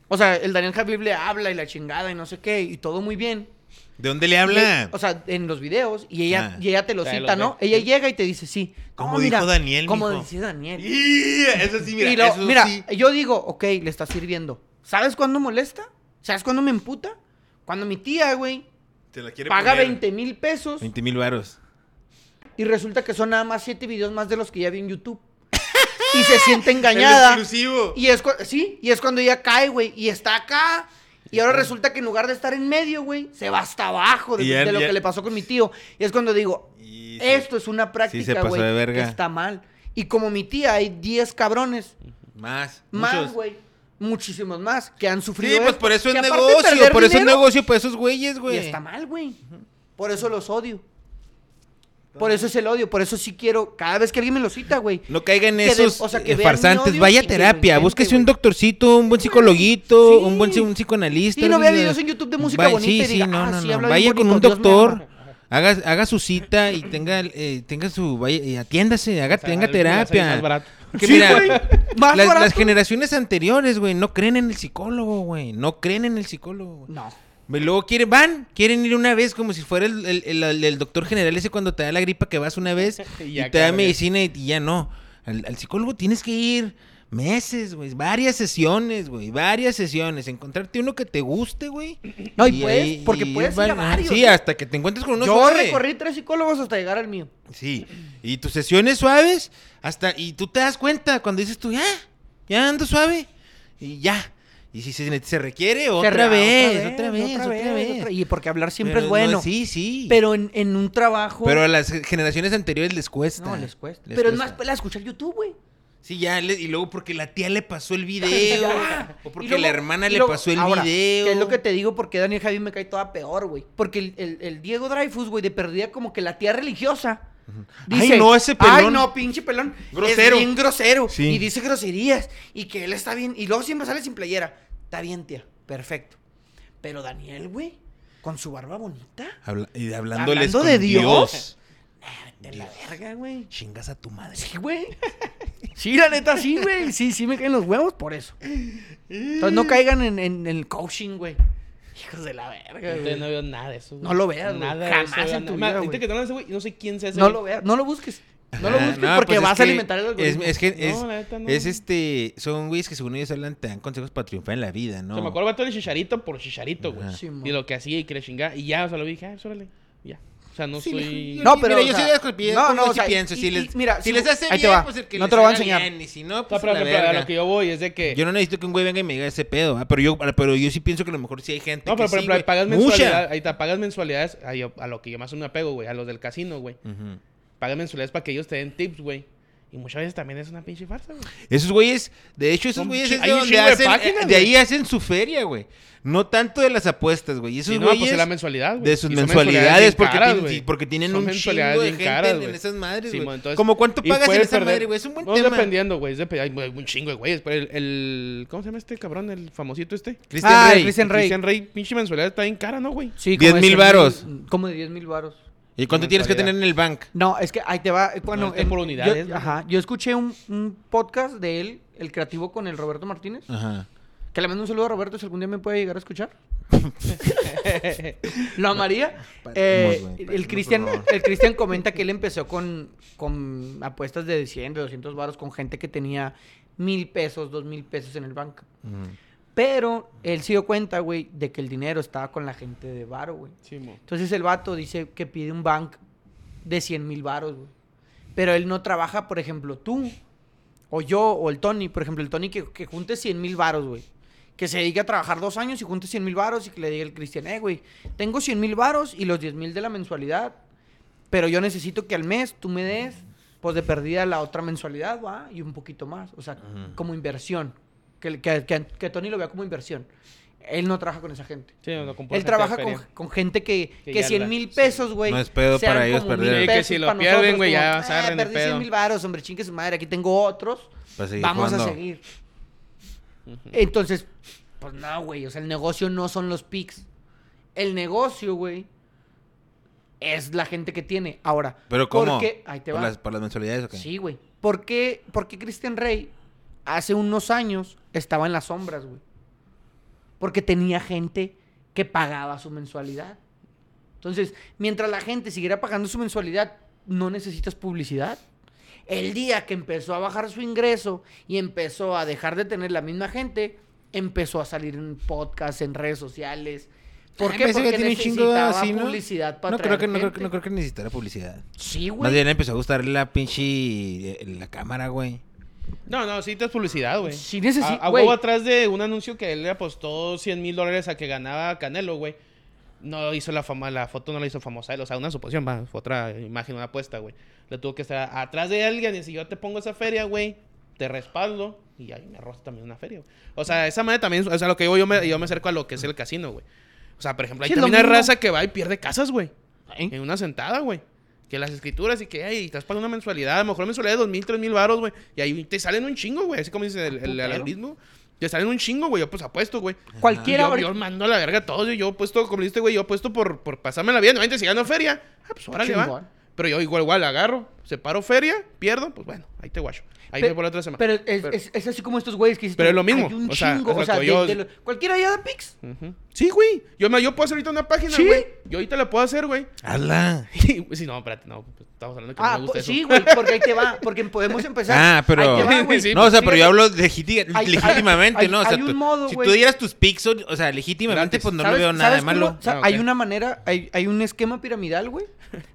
Speaker 2: O sea, el Daniel Javib le habla y la chingada y no sé qué. Y todo muy bien.
Speaker 1: ¿De dónde le habla?
Speaker 2: Le- o sea, en los videos. Y ella,
Speaker 1: Ah.
Speaker 2: y ella te lo
Speaker 3: O sea,
Speaker 2: cita,
Speaker 3: los
Speaker 2: ¿no?
Speaker 3: ve.
Speaker 2: Ella llega y te dice, sí.
Speaker 1: Como
Speaker 2: No,
Speaker 1: dijo Daniel,
Speaker 2: Como
Speaker 1: mijo.
Speaker 2: dice Daniel
Speaker 1: Y- Eso sí, mira.
Speaker 2: y lo-
Speaker 1: eso
Speaker 2: mira,
Speaker 1: sí.
Speaker 2: yo digo, ok, le está sirviendo. ¿Sabes cuándo molesta? ¿Sabes cuándo me emputa? Cuando mi tía, güey,
Speaker 1: Te la quiere
Speaker 2: paga
Speaker 1: poner.
Speaker 2: 20 mil pesos
Speaker 1: 20 mil varos.
Speaker 2: y resulta que son nada más 7 videos más de los que ya vi en YouTube. y se siente
Speaker 1: El
Speaker 2: engañada.
Speaker 1: exclusivo.
Speaker 2: Y es, cu- sí, y es cuando ella cae, güey, y está acá. Y ahora resulta que en lugar de estar en medio, güey, se va hasta abajo de,
Speaker 1: Y ya-
Speaker 2: de lo
Speaker 1: ya-
Speaker 2: que le pasó con mi tío. Y es cuando digo,
Speaker 1: Y se-
Speaker 2: esto es una práctica,
Speaker 1: pasó
Speaker 2: güey,
Speaker 1: de
Speaker 2: que
Speaker 1: verga.
Speaker 2: está mal. Y como mi tía, hay 10 cabrones
Speaker 1: Más.
Speaker 2: más,
Speaker 1: muchos.
Speaker 2: güey. Muchísimos más que han sufrido.
Speaker 1: Sí, pues
Speaker 2: esto.
Speaker 1: por eso es
Speaker 2: Que aparte de
Speaker 1: negocio,
Speaker 2: perder
Speaker 1: por eso es
Speaker 2: dinero,
Speaker 1: negocio para esos güeyes,
Speaker 2: Y
Speaker 1: güey.
Speaker 2: está mal, güey. Por eso los odio. Por eso es el odio, por eso sí quiero. Cada vez que alguien me lo cita, güey.
Speaker 1: No caigan
Speaker 2: Que
Speaker 1: en
Speaker 2: de-
Speaker 1: esos
Speaker 2: o sea, que
Speaker 1: eh,
Speaker 2: vean mi
Speaker 1: farsantes.
Speaker 2: odio
Speaker 1: Vaya
Speaker 2: y
Speaker 1: a
Speaker 2: que lo
Speaker 1: terapia,
Speaker 2: intente,
Speaker 1: búsquese un
Speaker 2: güey.
Speaker 1: doctorcito, un buen psicologuito,
Speaker 2: Sí.
Speaker 1: un buen, psi- un psicoanalista.
Speaker 2: Sí, no
Speaker 1: un-
Speaker 2: vea videos en YouTube de música
Speaker 1: Va-
Speaker 2: bonita
Speaker 1: Sí,
Speaker 2: y
Speaker 1: sí,
Speaker 2: diga,
Speaker 1: no,
Speaker 2: "Ah,
Speaker 1: no,
Speaker 2: sí,
Speaker 1: no.
Speaker 2: habla bien
Speaker 1: Vaya con un
Speaker 2: bonito, Dios me
Speaker 1: doctor,
Speaker 2: ama".
Speaker 1: haga, haga su cita y tenga, eh, tenga su, vaya, eh, atiéndase, haga,
Speaker 3: O sea,
Speaker 1: tenga
Speaker 3: algo que le sale
Speaker 1: terapia.
Speaker 3: más barato.
Speaker 1: Porque
Speaker 2: Sí,
Speaker 1: mira,
Speaker 2: güey, más
Speaker 1: las,
Speaker 2: barato.
Speaker 1: las generaciones anteriores, güey, no creen en el psicólogo, güey. No creen en el psicólogo. güey.
Speaker 2: No.
Speaker 1: Y luego quieren, van, quieren ir una vez, como si fuera el, el- el- el- el doctor general ese cuando te da la gripa que vas una vez
Speaker 3: Y
Speaker 1: y,
Speaker 3: ya
Speaker 1: te da
Speaker 3: cabrón.
Speaker 1: medicina y, y ya no. Al, al psicólogo tienes que ir meses, güey, varias sesiones, güey, varias sesiones. Encontrarte uno que te guste, güey.
Speaker 2: No, y puedes,
Speaker 1: ahí-
Speaker 2: porque puedes ir a
Speaker 1: van-
Speaker 2: varios,
Speaker 1: Sí,
Speaker 2: güey.
Speaker 1: hasta que te encuentres con uno
Speaker 2: Yo
Speaker 1: suave.
Speaker 2: recorrí tres psicólogos hasta llegar al mío.
Speaker 1: Sí, y tus sesiones suaves, hasta, y tú te das cuenta cuando dices tú, ya, ya ando suave, y ya. Y si se, se requiere, otra,
Speaker 2: Cerrado,
Speaker 1: vez, otra vez, otra vez,
Speaker 2: otra- Y porque hablar siempre
Speaker 1: Pero
Speaker 2: es
Speaker 1: no,
Speaker 2: bueno.
Speaker 1: sí, sí.
Speaker 2: Pero en, en un trabajo.
Speaker 1: Pero a las generaciones anteriores les cuesta.
Speaker 2: no, les cuesta. pero es más
Speaker 1: cuesta.
Speaker 2: pela escuchar YouTube, güey.
Speaker 1: Sí, ya, le- y luego porque la tía le pasó el video,
Speaker 2: Ya.
Speaker 1: o porque
Speaker 2: Y luego-
Speaker 1: la hermana
Speaker 2: y
Speaker 1: le
Speaker 2: luego-
Speaker 1: pasó el
Speaker 2: ahora,
Speaker 1: video.
Speaker 2: ¿Qué es lo que te digo? Porque Daniel Javi me cae toda peor, güey. Porque el, el- el Diego Dreyfus, güey, de perdida como que la tía religiosa Dice,
Speaker 1: Ay, no, ese pelón.
Speaker 2: Ay, no, pinche pelón.
Speaker 1: Grosero.
Speaker 2: Es bien grosero.
Speaker 1: Sí.
Speaker 2: Y dice groserías. Y que él está bien. Y luego siempre sale sin playera. Está bien, tía. Perfecto. Pero Daniel, güey, con su barba bonita.
Speaker 1: Habla- y hablándoles
Speaker 2: ¿Hablando
Speaker 1: con
Speaker 2: de Dios? De la verga, güey.
Speaker 1: Chingas a tu madre.
Speaker 2: Sí, güey. Sí, la neta, sí, güey. Sí, sí me caen los huevos por eso. Entonces no caigan en, en- en el coaching, güey. Hijos de la verga,
Speaker 3: Entonces no
Speaker 2: güey.
Speaker 3: veo nada de eso. güey.
Speaker 2: No lo veas, güey.
Speaker 3: Nada
Speaker 2: Jamás
Speaker 3: de eso.
Speaker 2: en tu
Speaker 3: veo
Speaker 2: vida,
Speaker 3: nada. Ahorita
Speaker 2: güey.
Speaker 3: que te hablan de ese güey, no sé quién se hace.
Speaker 2: No lo veas, no lo busques. No lo
Speaker 1: Ajá,
Speaker 2: busques
Speaker 1: no,
Speaker 2: porque
Speaker 1: pues es
Speaker 2: vas a
Speaker 1: que
Speaker 2: alimentar el
Speaker 1: es,
Speaker 2: algoritmo.
Speaker 1: es que es,
Speaker 3: No, la neta, no.
Speaker 1: es este. Son güeyes que según ellos hablan, te dan consejos para triunfar en la vida, ¿no?
Speaker 3: Se me acuerdo el vato del chicharito por chicharito, güey.
Speaker 1: Ajá.
Speaker 2: Sí, mo.
Speaker 3: y lo que hacía y que le chingaba. Y ya, o sea, lo vi y dije, ah, pues, órale. Ya. O sea, no
Speaker 1: Sí,
Speaker 3: soy.
Speaker 1: yo-
Speaker 2: No,
Speaker 1: yo-
Speaker 2: pero,
Speaker 1: mira,
Speaker 2: o
Speaker 1: yo
Speaker 2: sea,
Speaker 1: soy de los que pienso,
Speaker 2: no, no,
Speaker 1: los
Speaker 2: o sea,
Speaker 1: que pienso,
Speaker 2: y-
Speaker 1: si
Speaker 2: y-
Speaker 1: les,
Speaker 2: mira,
Speaker 1: si
Speaker 2: si-
Speaker 1: les hace
Speaker 2: ahí te
Speaker 1: bien,
Speaker 2: va.
Speaker 1: pues el que
Speaker 2: No
Speaker 1: les
Speaker 2: te lo voy a
Speaker 1: haga
Speaker 2: enseñar.
Speaker 1: bien, y si no,
Speaker 3: O sea,
Speaker 1: pues
Speaker 3: pero,
Speaker 1: a la
Speaker 3: pero a
Speaker 1: verga.
Speaker 3: lo que yo voy es de que.
Speaker 1: Yo no necesito que un güey venga y me diga ese pedo, ¿ah? pero yo pero yo sí pienso que a lo mejor sí hay gente
Speaker 3: No,
Speaker 1: que
Speaker 3: pero por
Speaker 1: sí,
Speaker 3: ejemplo,
Speaker 1: güey.
Speaker 3: pagas
Speaker 1: Mucha.
Speaker 3: mensualidades. Ahí está, pagas mensualidades. A, yo- a lo que yo más me apego, güey. A los del casino, güey.
Speaker 1: Ujú.
Speaker 3: Pagas mensualidades para que ellos te den tips, güey. Y muchas veces también es una pinche farsa, güey.
Speaker 1: Esos güeyes, de hecho, esos
Speaker 3: Son
Speaker 1: güeyes
Speaker 3: chi-
Speaker 1: es
Speaker 3: hay
Speaker 1: de
Speaker 3: un
Speaker 1: donde
Speaker 3: chingo de
Speaker 1: hacen-
Speaker 3: páginas,
Speaker 1: de ahí
Speaker 3: güey.
Speaker 1: hacen su feria, güey. No tanto de las apuestas, güey. Y esos
Speaker 3: Si no,
Speaker 1: güeyes
Speaker 3: pues es la mensualidad, güey.
Speaker 1: de sus
Speaker 3: Y son
Speaker 1: mensualidades,
Speaker 3: bien
Speaker 1: porque,
Speaker 3: caras,
Speaker 1: tienen,
Speaker 3: güey.
Speaker 1: sí, porque tienen
Speaker 3: Son
Speaker 1: un chingo
Speaker 3: mensualidades
Speaker 1: de
Speaker 3: bien
Speaker 1: gente
Speaker 3: caras,
Speaker 1: en
Speaker 3: güey.
Speaker 1: esas madres,
Speaker 3: Sí,
Speaker 1: güey.
Speaker 3: mo, entonces-
Speaker 1: Como cuánto
Speaker 3: y
Speaker 1: pagas en
Speaker 3: puedes
Speaker 1: esa
Speaker 3: perder-
Speaker 1: madre, güey. Es un buen
Speaker 3: no,
Speaker 1: tema.
Speaker 3: dependiendo, güey. Es depe- Hay güey, un chingo de güeyes. Pero el, el- ¿Cómo se llama este cabrón? El famosito este.
Speaker 1: Cristian
Speaker 2: Ah, el
Speaker 1: Rey,
Speaker 2: Cristian- Rey.
Speaker 3: Cristian Rey, pinche mensualidad está bien cara, ¿no, güey?
Speaker 2: Sí, como
Speaker 1: 10,000
Speaker 2: de
Speaker 1: varos.
Speaker 2: Como de 10 mil varos.
Speaker 1: ¿Y cuánto tienes que
Speaker 3: mensualidad.
Speaker 1: tener en el bank?
Speaker 2: No, es que ahí te va. eh, Bueno,
Speaker 3: No, está por unidades,
Speaker 2: Yo,
Speaker 3: ¿no?
Speaker 2: ajá, yo escuché un, un podcast de él, el creativo con el Roberto Martínez.
Speaker 1: Ajá.
Speaker 2: Que le mando un saludo a Roberto si algún día me puede llegar a escuchar. Lo amaría.
Speaker 1: Partimos,
Speaker 2: Eh,
Speaker 1: güey,
Speaker 2: el
Speaker 1: partimos,
Speaker 2: Cristian
Speaker 1: por favor.
Speaker 2: el Cristian comenta que él empezó con, con apuestas de 100, de 200 varos con gente que tenía mil pesos, dos mil pesos en el banco.
Speaker 1: Ujú.
Speaker 2: Pero él se dio cuenta, güey, de que el dinero estaba con la gente de varo, güey.
Speaker 3: Sí, mo.
Speaker 2: Entonces el vato dice que pide un bank de 100 mil varos, güey. Pero él no trabaja, por ejemplo, tú, o yo, o el Tony, por ejemplo, el Tony que, que junte 100 mil varos, güey. Que se dedique a trabajar dos años y junte 100 mil varos y que le diga el Cristian, eh, güey, tengo 100 mil varos y los 10 mil de la mensualidad, pero yo necesito que al mes tú me des, pues de perdida la otra mensualidad, va, y un poquito más. O sea,
Speaker 1: Ujú.
Speaker 2: como inversión. Que, que, que, que Tony lo vea como inversión. Él no trabaja con esa gente.
Speaker 3: Sí, no, con pura
Speaker 2: Él
Speaker 3: gente
Speaker 2: trabaja
Speaker 3: de
Speaker 2: con,
Speaker 3: feria.
Speaker 2: con gente que,
Speaker 3: Que
Speaker 2: que,
Speaker 3: ya
Speaker 2: 100
Speaker 3: la-
Speaker 2: mil
Speaker 3: sí.
Speaker 2: pesos, güey.
Speaker 1: No es pedo
Speaker 2: sean
Speaker 1: para ellos
Speaker 2: como
Speaker 1: perder.
Speaker 2: mil
Speaker 1: Sí,
Speaker 3: que
Speaker 2: pesos
Speaker 3: si lo
Speaker 2: para
Speaker 3: pierden,
Speaker 2: nosotros,
Speaker 3: güey, ya
Speaker 2: como, "Eh,
Speaker 3: se agarren de
Speaker 2: perdí 100
Speaker 3: pedo".
Speaker 2: mil varos, hombre, chingue su madre, aquí tengo otros.
Speaker 1: Para seguir
Speaker 2: Vamos a
Speaker 1: jugando.
Speaker 2: seguir. Entonces, pues no, güey. O sea, el negocio no son los pics. El negocio, güey, es la gente que tiene. Ahora,
Speaker 1: ¿Pero cómo?
Speaker 2: porque- ahí te
Speaker 1: ¿Por
Speaker 2: va.
Speaker 1: las, por las mensualidades o qué?
Speaker 2: Sí, güey. ¿Por qué, por qué Christian Rey hace unos años estaba en las sombras, güey? Porque tenía gente que pagaba su mensualidad. Entonces, mientras la gente siguiera pagando su mensualidad, no necesitas publicidad. El día que empezó a bajar su ingreso y empezó a dejar de tener la misma gente, empezó a salir en podcast, en redes sociales. ¿Por
Speaker 1: Ay,
Speaker 2: qué?
Speaker 1: parece Ah, que
Speaker 2: Porque
Speaker 1: tiene un chingo
Speaker 2: necesitaba
Speaker 1: así, ¿no?
Speaker 2: publicidad para
Speaker 1: no creo, que, no, creo,
Speaker 2: atraer
Speaker 1: que- no
Speaker 2: gente.
Speaker 1: creo que necesitara publicidad.
Speaker 2: Sí,
Speaker 1: Más
Speaker 2: güey.
Speaker 1: bien le empezó a gustar la pinche... eh, la cámara, güey.
Speaker 3: No, no, sí te es publicidad, güey.
Speaker 2: Sí necesi-
Speaker 3: A, a
Speaker 2: güey.
Speaker 3: huevo atrás de un anuncio que él le apostó 100 mil dólares a que ganaba Canelo, güey. No hizo la fama, la foto no la hizo famosa él, o sea, una suposición, va, fue otra imagen, una apuesta, güey. Le tuvo que estar atrás de alguien y si yo te pongo esa feria, güey, te respaldo y ahí me arrojo también una feria, güey. O sea, esa manera también, o sea, lo que digo, yo me, yo me acerco a lo que es el casino, güey. O sea, por ejemplo, hay
Speaker 2: Sí, es lo
Speaker 3: también hay
Speaker 2: mismo.
Speaker 3: raza que va y pierde casas, güey.
Speaker 2: ¿Eh?
Speaker 3: En una sentada, güey. Que las escrituras y que, ay, estás pagando una mensualidad, a lo mejor mensualidad de dos mil, tres mil varos, güey. Y ahí te salen un chingo, güey. Así como dice el, el
Speaker 2: Putero.
Speaker 3: algoritmo. Te salen un chingo, güey. Yo pues apuesto, güey.
Speaker 2: Cualquiera
Speaker 3: Yo,
Speaker 2: ahorita-
Speaker 3: yo mando a la verga a todos. Yo, yo apuesto, como dijiste, güey, yo apuesto por, por pasarme la vida. No, gente, si gano feria, ah, pues órale,
Speaker 2: Chingón.
Speaker 3: va. Pero yo igual, igual, agarro, separo feria, pierdo, pues bueno, ahí te guacho. Ahí
Speaker 2: Pe-
Speaker 3: voy por la otra semana.
Speaker 2: Pero es, es- es así como estos güeyes que dices
Speaker 3: Pero
Speaker 2: tú,
Speaker 3: es lo mismo,
Speaker 2: Hay un
Speaker 3: o sea,
Speaker 2: chingo.
Speaker 3: es lo
Speaker 2: o sea,
Speaker 3: que
Speaker 2: de-
Speaker 3: yo-
Speaker 2: de lo- cualquiera ya da pics.
Speaker 3: Ujú. Sí, güey. Yo, me- yo puedo hacer ahorita una página,
Speaker 2: Sí.
Speaker 3: güey. Yo ahorita la puedo hacer, güey.
Speaker 1: Hazla.
Speaker 3: Sí, no, espérate, no. pues, Estamos hablando de que no
Speaker 2: Ah,
Speaker 3: me
Speaker 2: po-
Speaker 3: gusta eso.
Speaker 2: sí, güey, porque ahí te va. Porque podemos empezar.
Speaker 1: Ah, pero...
Speaker 2: Ahí te va, güey.
Speaker 3: Sí,
Speaker 1: no, o sea,
Speaker 3: pues,
Speaker 1: pero
Speaker 2: fíjate.
Speaker 1: yo hablo legiti-
Speaker 2: Hay- hay-
Speaker 1: legítimamente,
Speaker 2: hay-
Speaker 1: ¿no? O sea,
Speaker 2: hay un
Speaker 1: tú-
Speaker 2: modo,
Speaker 1: si tú
Speaker 2: güey.
Speaker 1: dieras tus pixels, o sea, legítimamente,
Speaker 3: Gratis.
Speaker 1: pues no le
Speaker 2: ¿Sabes-
Speaker 1: veo nada de
Speaker 2: sabes
Speaker 1: malo.
Speaker 2: cómo? O sea,
Speaker 3: Ah, ok.
Speaker 2: Hay una manera, hay, hay un esquema piramidal, güey,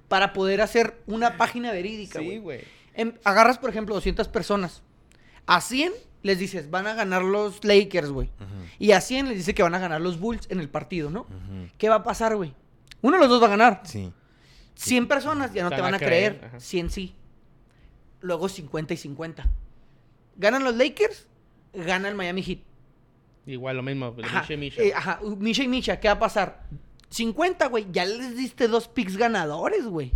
Speaker 2: para poder hacer una página verídica,
Speaker 3: Sí,
Speaker 2: güey.
Speaker 3: güey.
Speaker 2: Em- agarras, por ejemplo, 200 personas. A 100 les dices, van a ganar los Lakers, güey. Y a 100 les dice que van a ganar los Bulls en el partido, ¿no?
Speaker 1: Ujú.
Speaker 2: ¿Qué va a pasar, güey? Uno de los dos va a ganar.
Speaker 1: Sí.
Speaker 2: 100 personas ya no
Speaker 3: Te
Speaker 2: te,
Speaker 3: van
Speaker 2: van
Speaker 3: a
Speaker 2: a creer,
Speaker 3: creer, ajá.
Speaker 2: 100 sí. Luego 50 y 50. Ganan los Lakers, gana el Miami Heat.
Speaker 3: Igual, lo mismo. pues,
Speaker 2: Ajá,
Speaker 3: Misha, Misha.
Speaker 2: eh, ajá, uh, Misha y Misha, ¿qué va a pasar? 50, güey, ya les diste dos picks ganadores, güey.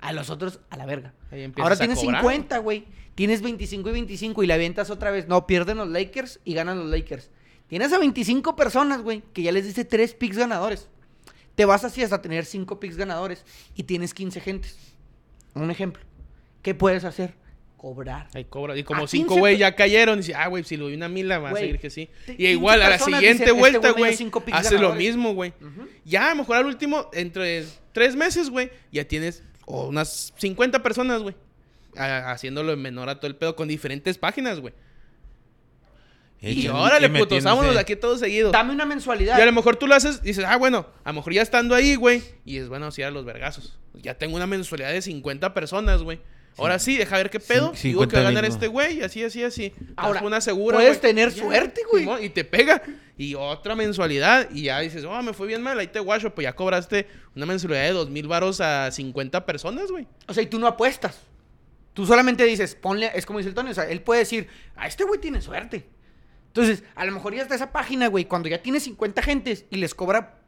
Speaker 2: A los otros, a la verga.
Speaker 3: Ahí empiezas
Speaker 2: Ahora
Speaker 3: a
Speaker 2: tienes
Speaker 3: cobrar.
Speaker 2: 50, güey. Tienes 25 y 25 y la ventas otra vez. No, pierden los Lakers y ganan los Lakers. Tienes a 25 personas, güey, que ya les dice 3 picks ganadores. Te vas así hasta tener 5 picks ganadores y tienes 15 gentes. Un ejemplo. ¿Qué puedes hacer? Cobrar.
Speaker 3: Ahí cobra. Y
Speaker 2: A
Speaker 3: como cinco
Speaker 2: 15
Speaker 3: güey ya cayeron. Y dice, ah, güey, si lo vi una mila, va a
Speaker 2: Güey,
Speaker 3: seguir que sí.
Speaker 2: te-
Speaker 3: Y igual,
Speaker 2: 15
Speaker 3: a la
Speaker 2: personas
Speaker 3: siguiente
Speaker 2: dicen, este
Speaker 3: vuelta,
Speaker 2: güey me dio
Speaker 3: güey,
Speaker 2: cinco picks
Speaker 3: hace lo
Speaker 2: ganadores.
Speaker 3: mismo, güey.
Speaker 2: Ujú.
Speaker 3: Ya, a lo mejor al último, entre tres meses, güey, ya tienes oh, unas 50 personas, güey. a- Haciéndolo en menor a todo el pedo con diferentes páginas, güey. Y órale, putos, vámonos de aquí todos seguidos.
Speaker 2: Dame una
Speaker 3: Y
Speaker 2: mensualidad.
Speaker 3: a lo mejor tú lo haces, dices, ah, bueno, a lo mejor ya estando ahí, güey. Y es bueno, sí, a los vergazos. Ya tengo una mensualidad de 50 personas, güey. Ahora sí, deja ver qué pedo.
Speaker 1: Cin-
Speaker 3: Digo que
Speaker 1: 50,000,
Speaker 3: va a ganar
Speaker 1: ¿no?
Speaker 3: este güey, así, así, así.
Speaker 2: Ahora,
Speaker 3: Haz una segura.
Speaker 2: puedes
Speaker 3: güey.
Speaker 2: tener
Speaker 3: Ya,
Speaker 2: suerte, güey.
Speaker 3: Simón, Y te pega. Y otra mensualidad. Y ya dices, oh, me fue bien mal, ahí te guacho. Pues ya cobraste una mensualidad de 2,000 varos a 50 personas, güey.
Speaker 2: O sea, y tú no apuestas. Tú solamente dices, ponle, es como dice el Tony, o sea, él puede decir, a este güey tiene suerte. Entonces, a lo mejor ya está esa página, güey, cuando ya tiene 50 gentes y les cobra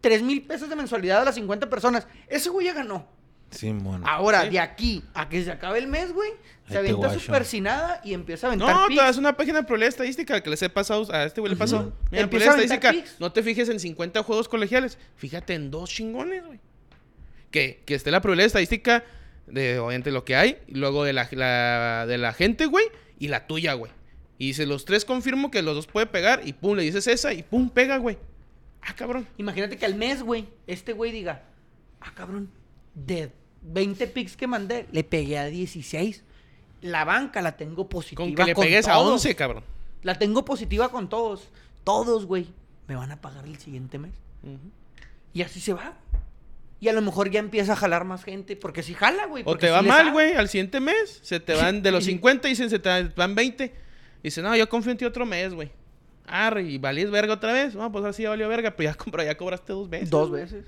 Speaker 2: 3 mil pesos de mensualidad a las 50 personas, ese güey ya ganó.
Speaker 1: Sí, mono.
Speaker 2: Ahora,
Speaker 3: Sí.
Speaker 2: de aquí a que se acabe el mes, güey,
Speaker 1: Ahí
Speaker 2: se
Speaker 1: te
Speaker 2: avienta
Speaker 1: guacho.
Speaker 2: su persinada y empieza a aventar
Speaker 3: No,
Speaker 2: picks.
Speaker 3: toda- es una página de probabilidad estadística que les he pasado a este güey le pasó. Mira,
Speaker 2: Empieza
Speaker 3: probabilidad
Speaker 2: a aventar
Speaker 3: estadística,
Speaker 2: picks.
Speaker 3: no te fijes en 50 juegos colegiales, fíjate en dos chingones, güey. Que, que esté la probabilidad estadística de obviamente lo que hay, y luego de la, la- de la gente, güey, y la tuya, güey. Y dice, los tres confirmo que los dos puede pegar y pum, le dices esa y pum, pega, güey. Ah, cabrón.
Speaker 2: Imagínate que al mes, güey, este güey diga, ah, cabrón, de 20 picks que mandé, le pegué a 16. La banca la tengo positiva.
Speaker 3: Con que le pegues a
Speaker 2: todos.
Speaker 3: 11, cabrón.
Speaker 2: La tengo positiva con todos. Todos, güey, me van a pagar el siguiente mes.
Speaker 3: Ujú.
Speaker 2: Y así se va. Y a lo mejor ya empieza a jalar más gente, porque si jala, güey.
Speaker 3: O
Speaker 2: porque
Speaker 3: te
Speaker 2: sí
Speaker 3: va
Speaker 2: le
Speaker 3: mal,
Speaker 2: sabe.
Speaker 3: güey, al siguiente mes, se te van de los 50, dicen, se te van 20. Dicen, no, yo confío en ti otro mes, güey. Arre, y valís verga otra vez. No, pues ahora sí ya valió verga, pero ya, compra, ya cobraste dos veces.
Speaker 2: Dos
Speaker 3: güey.
Speaker 2: veces.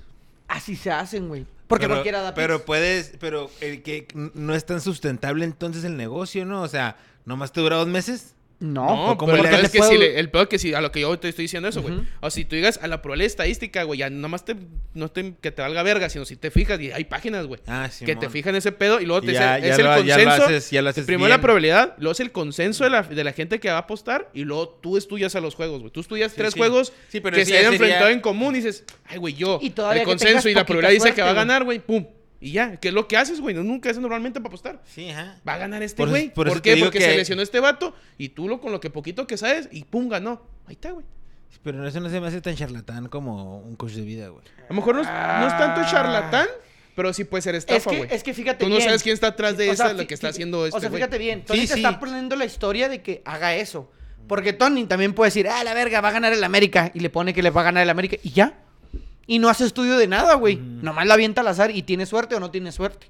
Speaker 2: Así se hacen, güey. Porque
Speaker 1: pero,
Speaker 2: cualquiera da
Speaker 1: Pero
Speaker 2: picks.
Speaker 1: puedes, pero el que n- no es tan sustentable entonces el negocio, ¿no? O sea, nomás te dura dos meses.
Speaker 2: No.
Speaker 3: pues,
Speaker 2: pues,
Speaker 3: No,
Speaker 1: ¿O cómo
Speaker 3: pero
Speaker 1: le
Speaker 3: el peor es
Speaker 1: haces?
Speaker 3: que
Speaker 2: Puedo-
Speaker 3: si le- el peor es que si a lo que yo te estoy diciendo eso, güey.
Speaker 2: Ujú.
Speaker 3: O si tú digas a la probabilidad estadística, güey, ya nomás te, no te, que te valga verga, sino si te fijas y hay páginas, güey.
Speaker 1: Ah, sí.
Speaker 3: que te fijan ese pedo y luego te
Speaker 1: Y ya-
Speaker 3: dicen,
Speaker 1: ya
Speaker 3: es
Speaker 1: lo-
Speaker 3: el
Speaker 1: ya lo
Speaker 3: consenso.
Speaker 1: haces- ya lo haces
Speaker 3: primero
Speaker 1: bien.
Speaker 3: la probabilidad, luego es el consenso de la, de la gente que va a apostar y luego tú estudias a los juegos, güey. Tú estudias
Speaker 1: Sí,
Speaker 3: tres
Speaker 1: sí.
Speaker 3: juegos
Speaker 1: Sí, pero
Speaker 3: que
Speaker 1: ese
Speaker 3: se
Speaker 1: ya
Speaker 3: hayan
Speaker 1: sería-
Speaker 3: enfrentado en común y dices, ay, güey, yo.
Speaker 2: Y todavía
Speaker 3: el
Speaker 2: que tengas
Speaker 3: consenso y la
Speaker 2: poquita
Speaker 3: probabilidad dice que va a
Speaker 2: suerte, güey.
Speaker 3: ganar, güey, pum. Y ya, que es lo que haces, güey. No- Nunca haces normalmente para apostar.
Speaker 1: Sí, ajá.
Speaker 3: Va a ganar este
Speaker 1: Por eso-
Speaker 3: güey.
Speaker 1: por
Speaker 3: ¿Por,
Speaker 1: eso te
Speaker 3: qué?
Speaker 1: digo
Speaker 3: Porque
Speaker 1: que-
Speaker 3: se lesionó este vato y tú lo con lo que poquito que sabes y pum, ganó. Ahí está, güey.
Speaker 1: Pero eso no se me hace tan charlatán como un coach de vida, güey.
Speaker 3: A lo mejor no es, no es tanto
Speaker 2: Ah.
Speaker 3: charlatán, pero sí puede ser estafa,
Speaker 2: Es que,
Speaker 3: güey.
Speaker 2: es que fíjate
Speaker 3: Tú no
Speaker 2: bien.
Speaker 3: sabes quién está atrás de
Speaker 2: O sea,
Speaker 3: esa, lo
Speaker 2: fí-
Speaker 3: que está
Speaker 2: fí-
Speaker 3: haciendo este
Speaker 2: O sea,
Speaker 3: güey.
Speaker 2: fíjate bien. Tony
Speaker 1: Sí,
Speaker 2: te
Speaker 1: sí.
Speaker 2: está poniendo la historia de que haga eso. Porque Tony también puede decir, ah, la verga, va a ganar el América. Y le pone que le va a ganar el América. Y ya. Y no hace estudio de nada, güey. Nomás la avienta al azar y tiene suerte o no tiene suerte.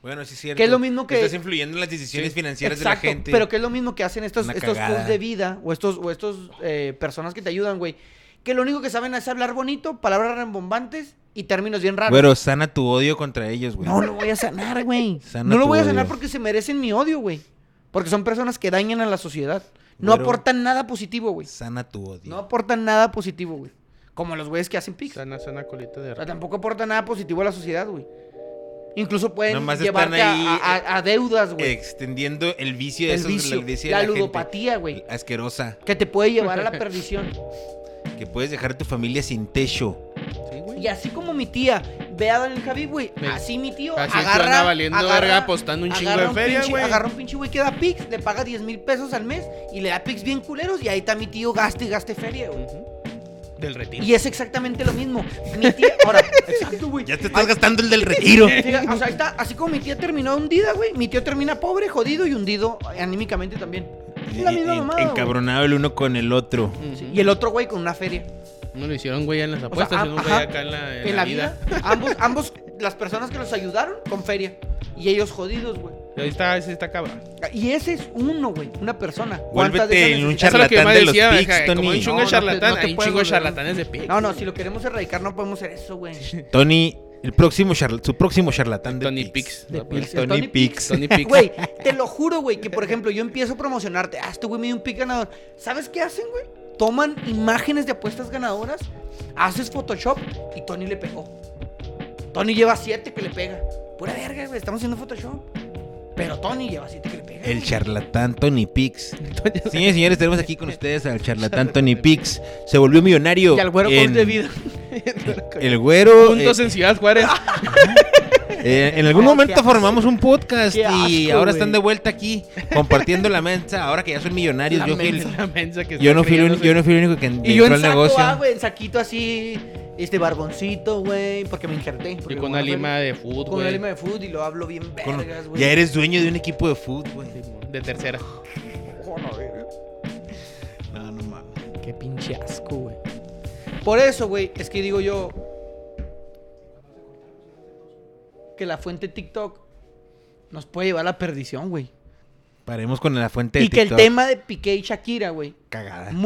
Speaker 1: Bueno, sí es cierto.
Speaker 2: Que es lo mismo que-
Speaker 1: Estás influyendo en las decisiones
Speaker 3: Sí.
Speaker 1: financieras
Speaker 2: Exacto,
Speaker 1: de la gente.
Speaker 2: Pero que es lo mismo que hacen estos,
Speaker 1: Una
Speaker 2: estos
Speaker 1: cagada.
Speaker 2: coaches de vida o estos, o estos eh, personas que te ayudan, güey. Que lo único que saben es hablar bonito, palabras rembombantes y términos bien raros.
Speaker 1: Güero, sana tu odio contra ellos, güey.
Speaker 2: No lo voy a sanar, güey.
Speaker 1: Sana
Speaker 2: No lo
Speaker 1: tu
Speaker 2: voy a
Speaker 1: odio.
Speaker 2: sanar porque se merecen mi odio, güey. Porque son personas que dañan a la sociedad. No
Speaker 1: Güero.
Speaker 2: aportan nada positivo, güey.
Speaker 1: Sana tu odio.
Speaker 2: No aportan nada positivo, güey. Como los güeyes que hacen pics.
Speaker 3: Sana, sana colita de
Speaker 2: O sea,
Speaker 3: rata.
Speaker 2: tampoco aportan nada positivo a la sociedad, güey. Incluso pueden
Speaker 1: Nomás están
Speaker 2: llevarte a-
Speaker 1: ahí, eh,
Speaker 2: a, a- a deudas, güey.
Speaker 1: Extendiendo el vicio de
Speaker 2: El
Speaker 1: esos,
Speaker 2: vicio,
Speaker 1: el vicio de
Speaker 2: la,
Speaker 1: gente.
Speaker 2: ludopatía, güey.
Speaker 1: Asquerosa.
Speaker 2: Que te puede llevar a la perdición.
Speaker 1: Que puedes dejar a tu familia sin techo.
Speaker 3: Sí, güey.
Speaker 2: Y así como mi tía ve a Daniel Javi, güey,
Speaker 3: Ve.
Speaker 2: así mi tío
Speaker 3: Así el tío
Speaker 2: agarra,
Speaker 3: anda valiendo verga apostando un chingo
Speaker 2: agarra
Speaker 3: de
Speaker 2: un
Speaker 3: feria,
Speaker 2: pinche-
Speaker 3: güey.
Speaker 2: Agarra un pinche güey que da pics, le paga 10 mil pesos al mes y le da pics bien culeros y ahí está mi tío gaste y gaste feria, güey.
Speaker 3: Ujú. Del retiro.
Speaker 2: Y es exactamente lo mismo. Mi tía, ahora, exacto, güey.
Speaker 1: Ya te estás gastando el del retiro.
Speaker 2: Fíjate, o sea, ahí está, así como mi tía terminó hundida, güey, mi tío termina pobre, jodido y hundido anímicamente también. Es la misma
Speaker 1: En-
Speaker 2: mamada, güey.
Speaker 1: Encabronado el uno con el otro.
Speaker 3: Ujú.
Speaker 2: Sí, Y el otro güey con una feria.
Speaker 3: No lo hicieron, güey, en las
Speaker 2: O sea,
Speaker 3: apuestas,
Speaker 2: am-
Speaker 3: sino, güey,
Speaker 2: ajá,
Speaker 3: acá en la, ah, en
Speaker 2: en
Speaker 3: la vida.
Speaker 2: ambos, ambos, las personas que los ayudaron con feria. Y ellos jodidos, güey.
Speaker 3: Ahí está, ese está cabrón.
Speaker 2: Y ese es uno, güey, una persona. ¿Cuántas de
Speaker 1: Vuélvete
Speaker 2: esas
Speaker 1: en un
Speaker 2: necesitas?
Speaker 3: Eso es lo que yo
Speaker 1: charlatán
Speaker 3: me
Speaker 1: de los
Speaker 3: decía,
Speaker 1: pics,
Speaker 3: ajá, como un
Speaker 1: Tony.
Speaker 3: chingo
Speaker 2: No,
Speaker 3: de
Speaker 2: no te-
Speaker 3: charlatán,
Speaker 2: no te
Speaker 3: hay un
Speaker 2: puedes
Speaker 3: chingo de
Speaker 2: volver.
Speaker 3: charlatanes de pic.
Speaker 2: No, no, si lo queremos erradicar no podemos hacer eso, güey.
Speaker 1: Tony, el próximo charla- su próximo charlatán de
Speaker 3: Tony
Speaker 1: pics.
Speaker 3: Pix.
Speaker 2: De
Speaker 1: El
Speaker 2: pics. El
Speaker 1: Tony
Speaker 2: Tony
Speaker 1: Pix.
Speaker 3: Tony Pix.
Speaker 2: Güey, te lo juro, güey, que por ejemplo yo empiezo a promocionarte. Ah, este güey me dio un pick ganador. ¿Sabes qué hacen, güey? Toman imágenes de apuestas ganadoras, haces Photoshop y Tony le pegó. Tony lleva siete que le pega. Pura verga, güey. Estamos haciendo Photoshop. Pero Tony lleva siete que le pega.
Speaker 1: El charlatán Tony Pix.
Speaker 3: Entonces,
Speaker 1: Señores, señores, tenemos aquí con ustedes al charlatán Tony Pix. Se volvió millonario.
Speaker 2: Y al güero
Speaker 1: en-
Speaker 2: con de vida.
Speaker 1: El güero. eh,
Speaker 3: Juntos en Ciudad Juárez.
Speaker 1: eh, en algún
Speaker 2: Qué
Speaker 1: momento
Speaker 2: asco.
Speaker 1: formamos un podcast
Speaker 2: Qué asco,
Speaker 1: y ahora
Speaker 2: güey.
Speaker 1: están de vuelta aquí compartiendo la mensa. Ahora que ya son millonarios,
Speaker 3: La
Speaker 1: yo,
Speaker 3: mensa-
Speaker 1: fui-
Speaker 3: la mensa que
Speaker 1: yo
Speaker 3: está
Speaker 1: no fui el
Speaker 3: creyéndose.
Speaker 1: único, yo no fui el único que entró
Speaker 2: Y yo en
Speaker 1: al
Speaker 2: saco,
Speaker 1: negocio.
Speaker 2: ah, güey, en saquito así, este barboncito, güey, porque me injerté.
Speaker 3: Y
Speaker 2: porque
Speaker 3: con
Speaker 2: bueno,
Speaker 3: una lima
Speaker 2: güey,
Speaker 3: de fútbol.
Speaker 2: Con una lima de fútbol y lo hablo bien
Speaker 1: Con-
Speaker 2: vergas, güey.
Speaker 1: ya eres dueño de un equipo de fútbol.
Speaker 3: De tercera.
Speaker 1: No, no mames.
Speaker 2: Qué pinche asco, güey. Por eso, güey, es que digo yo que la fuente TikTok nos puede llevar a la perdición, güey.
Speaker 1: Paremos con la fuente de
Speaker 2: Y que el
Speaker 1: TikTok.
Speaker 2: tema de Piqué y Shakira, güey,
Speaker 1: Cagada.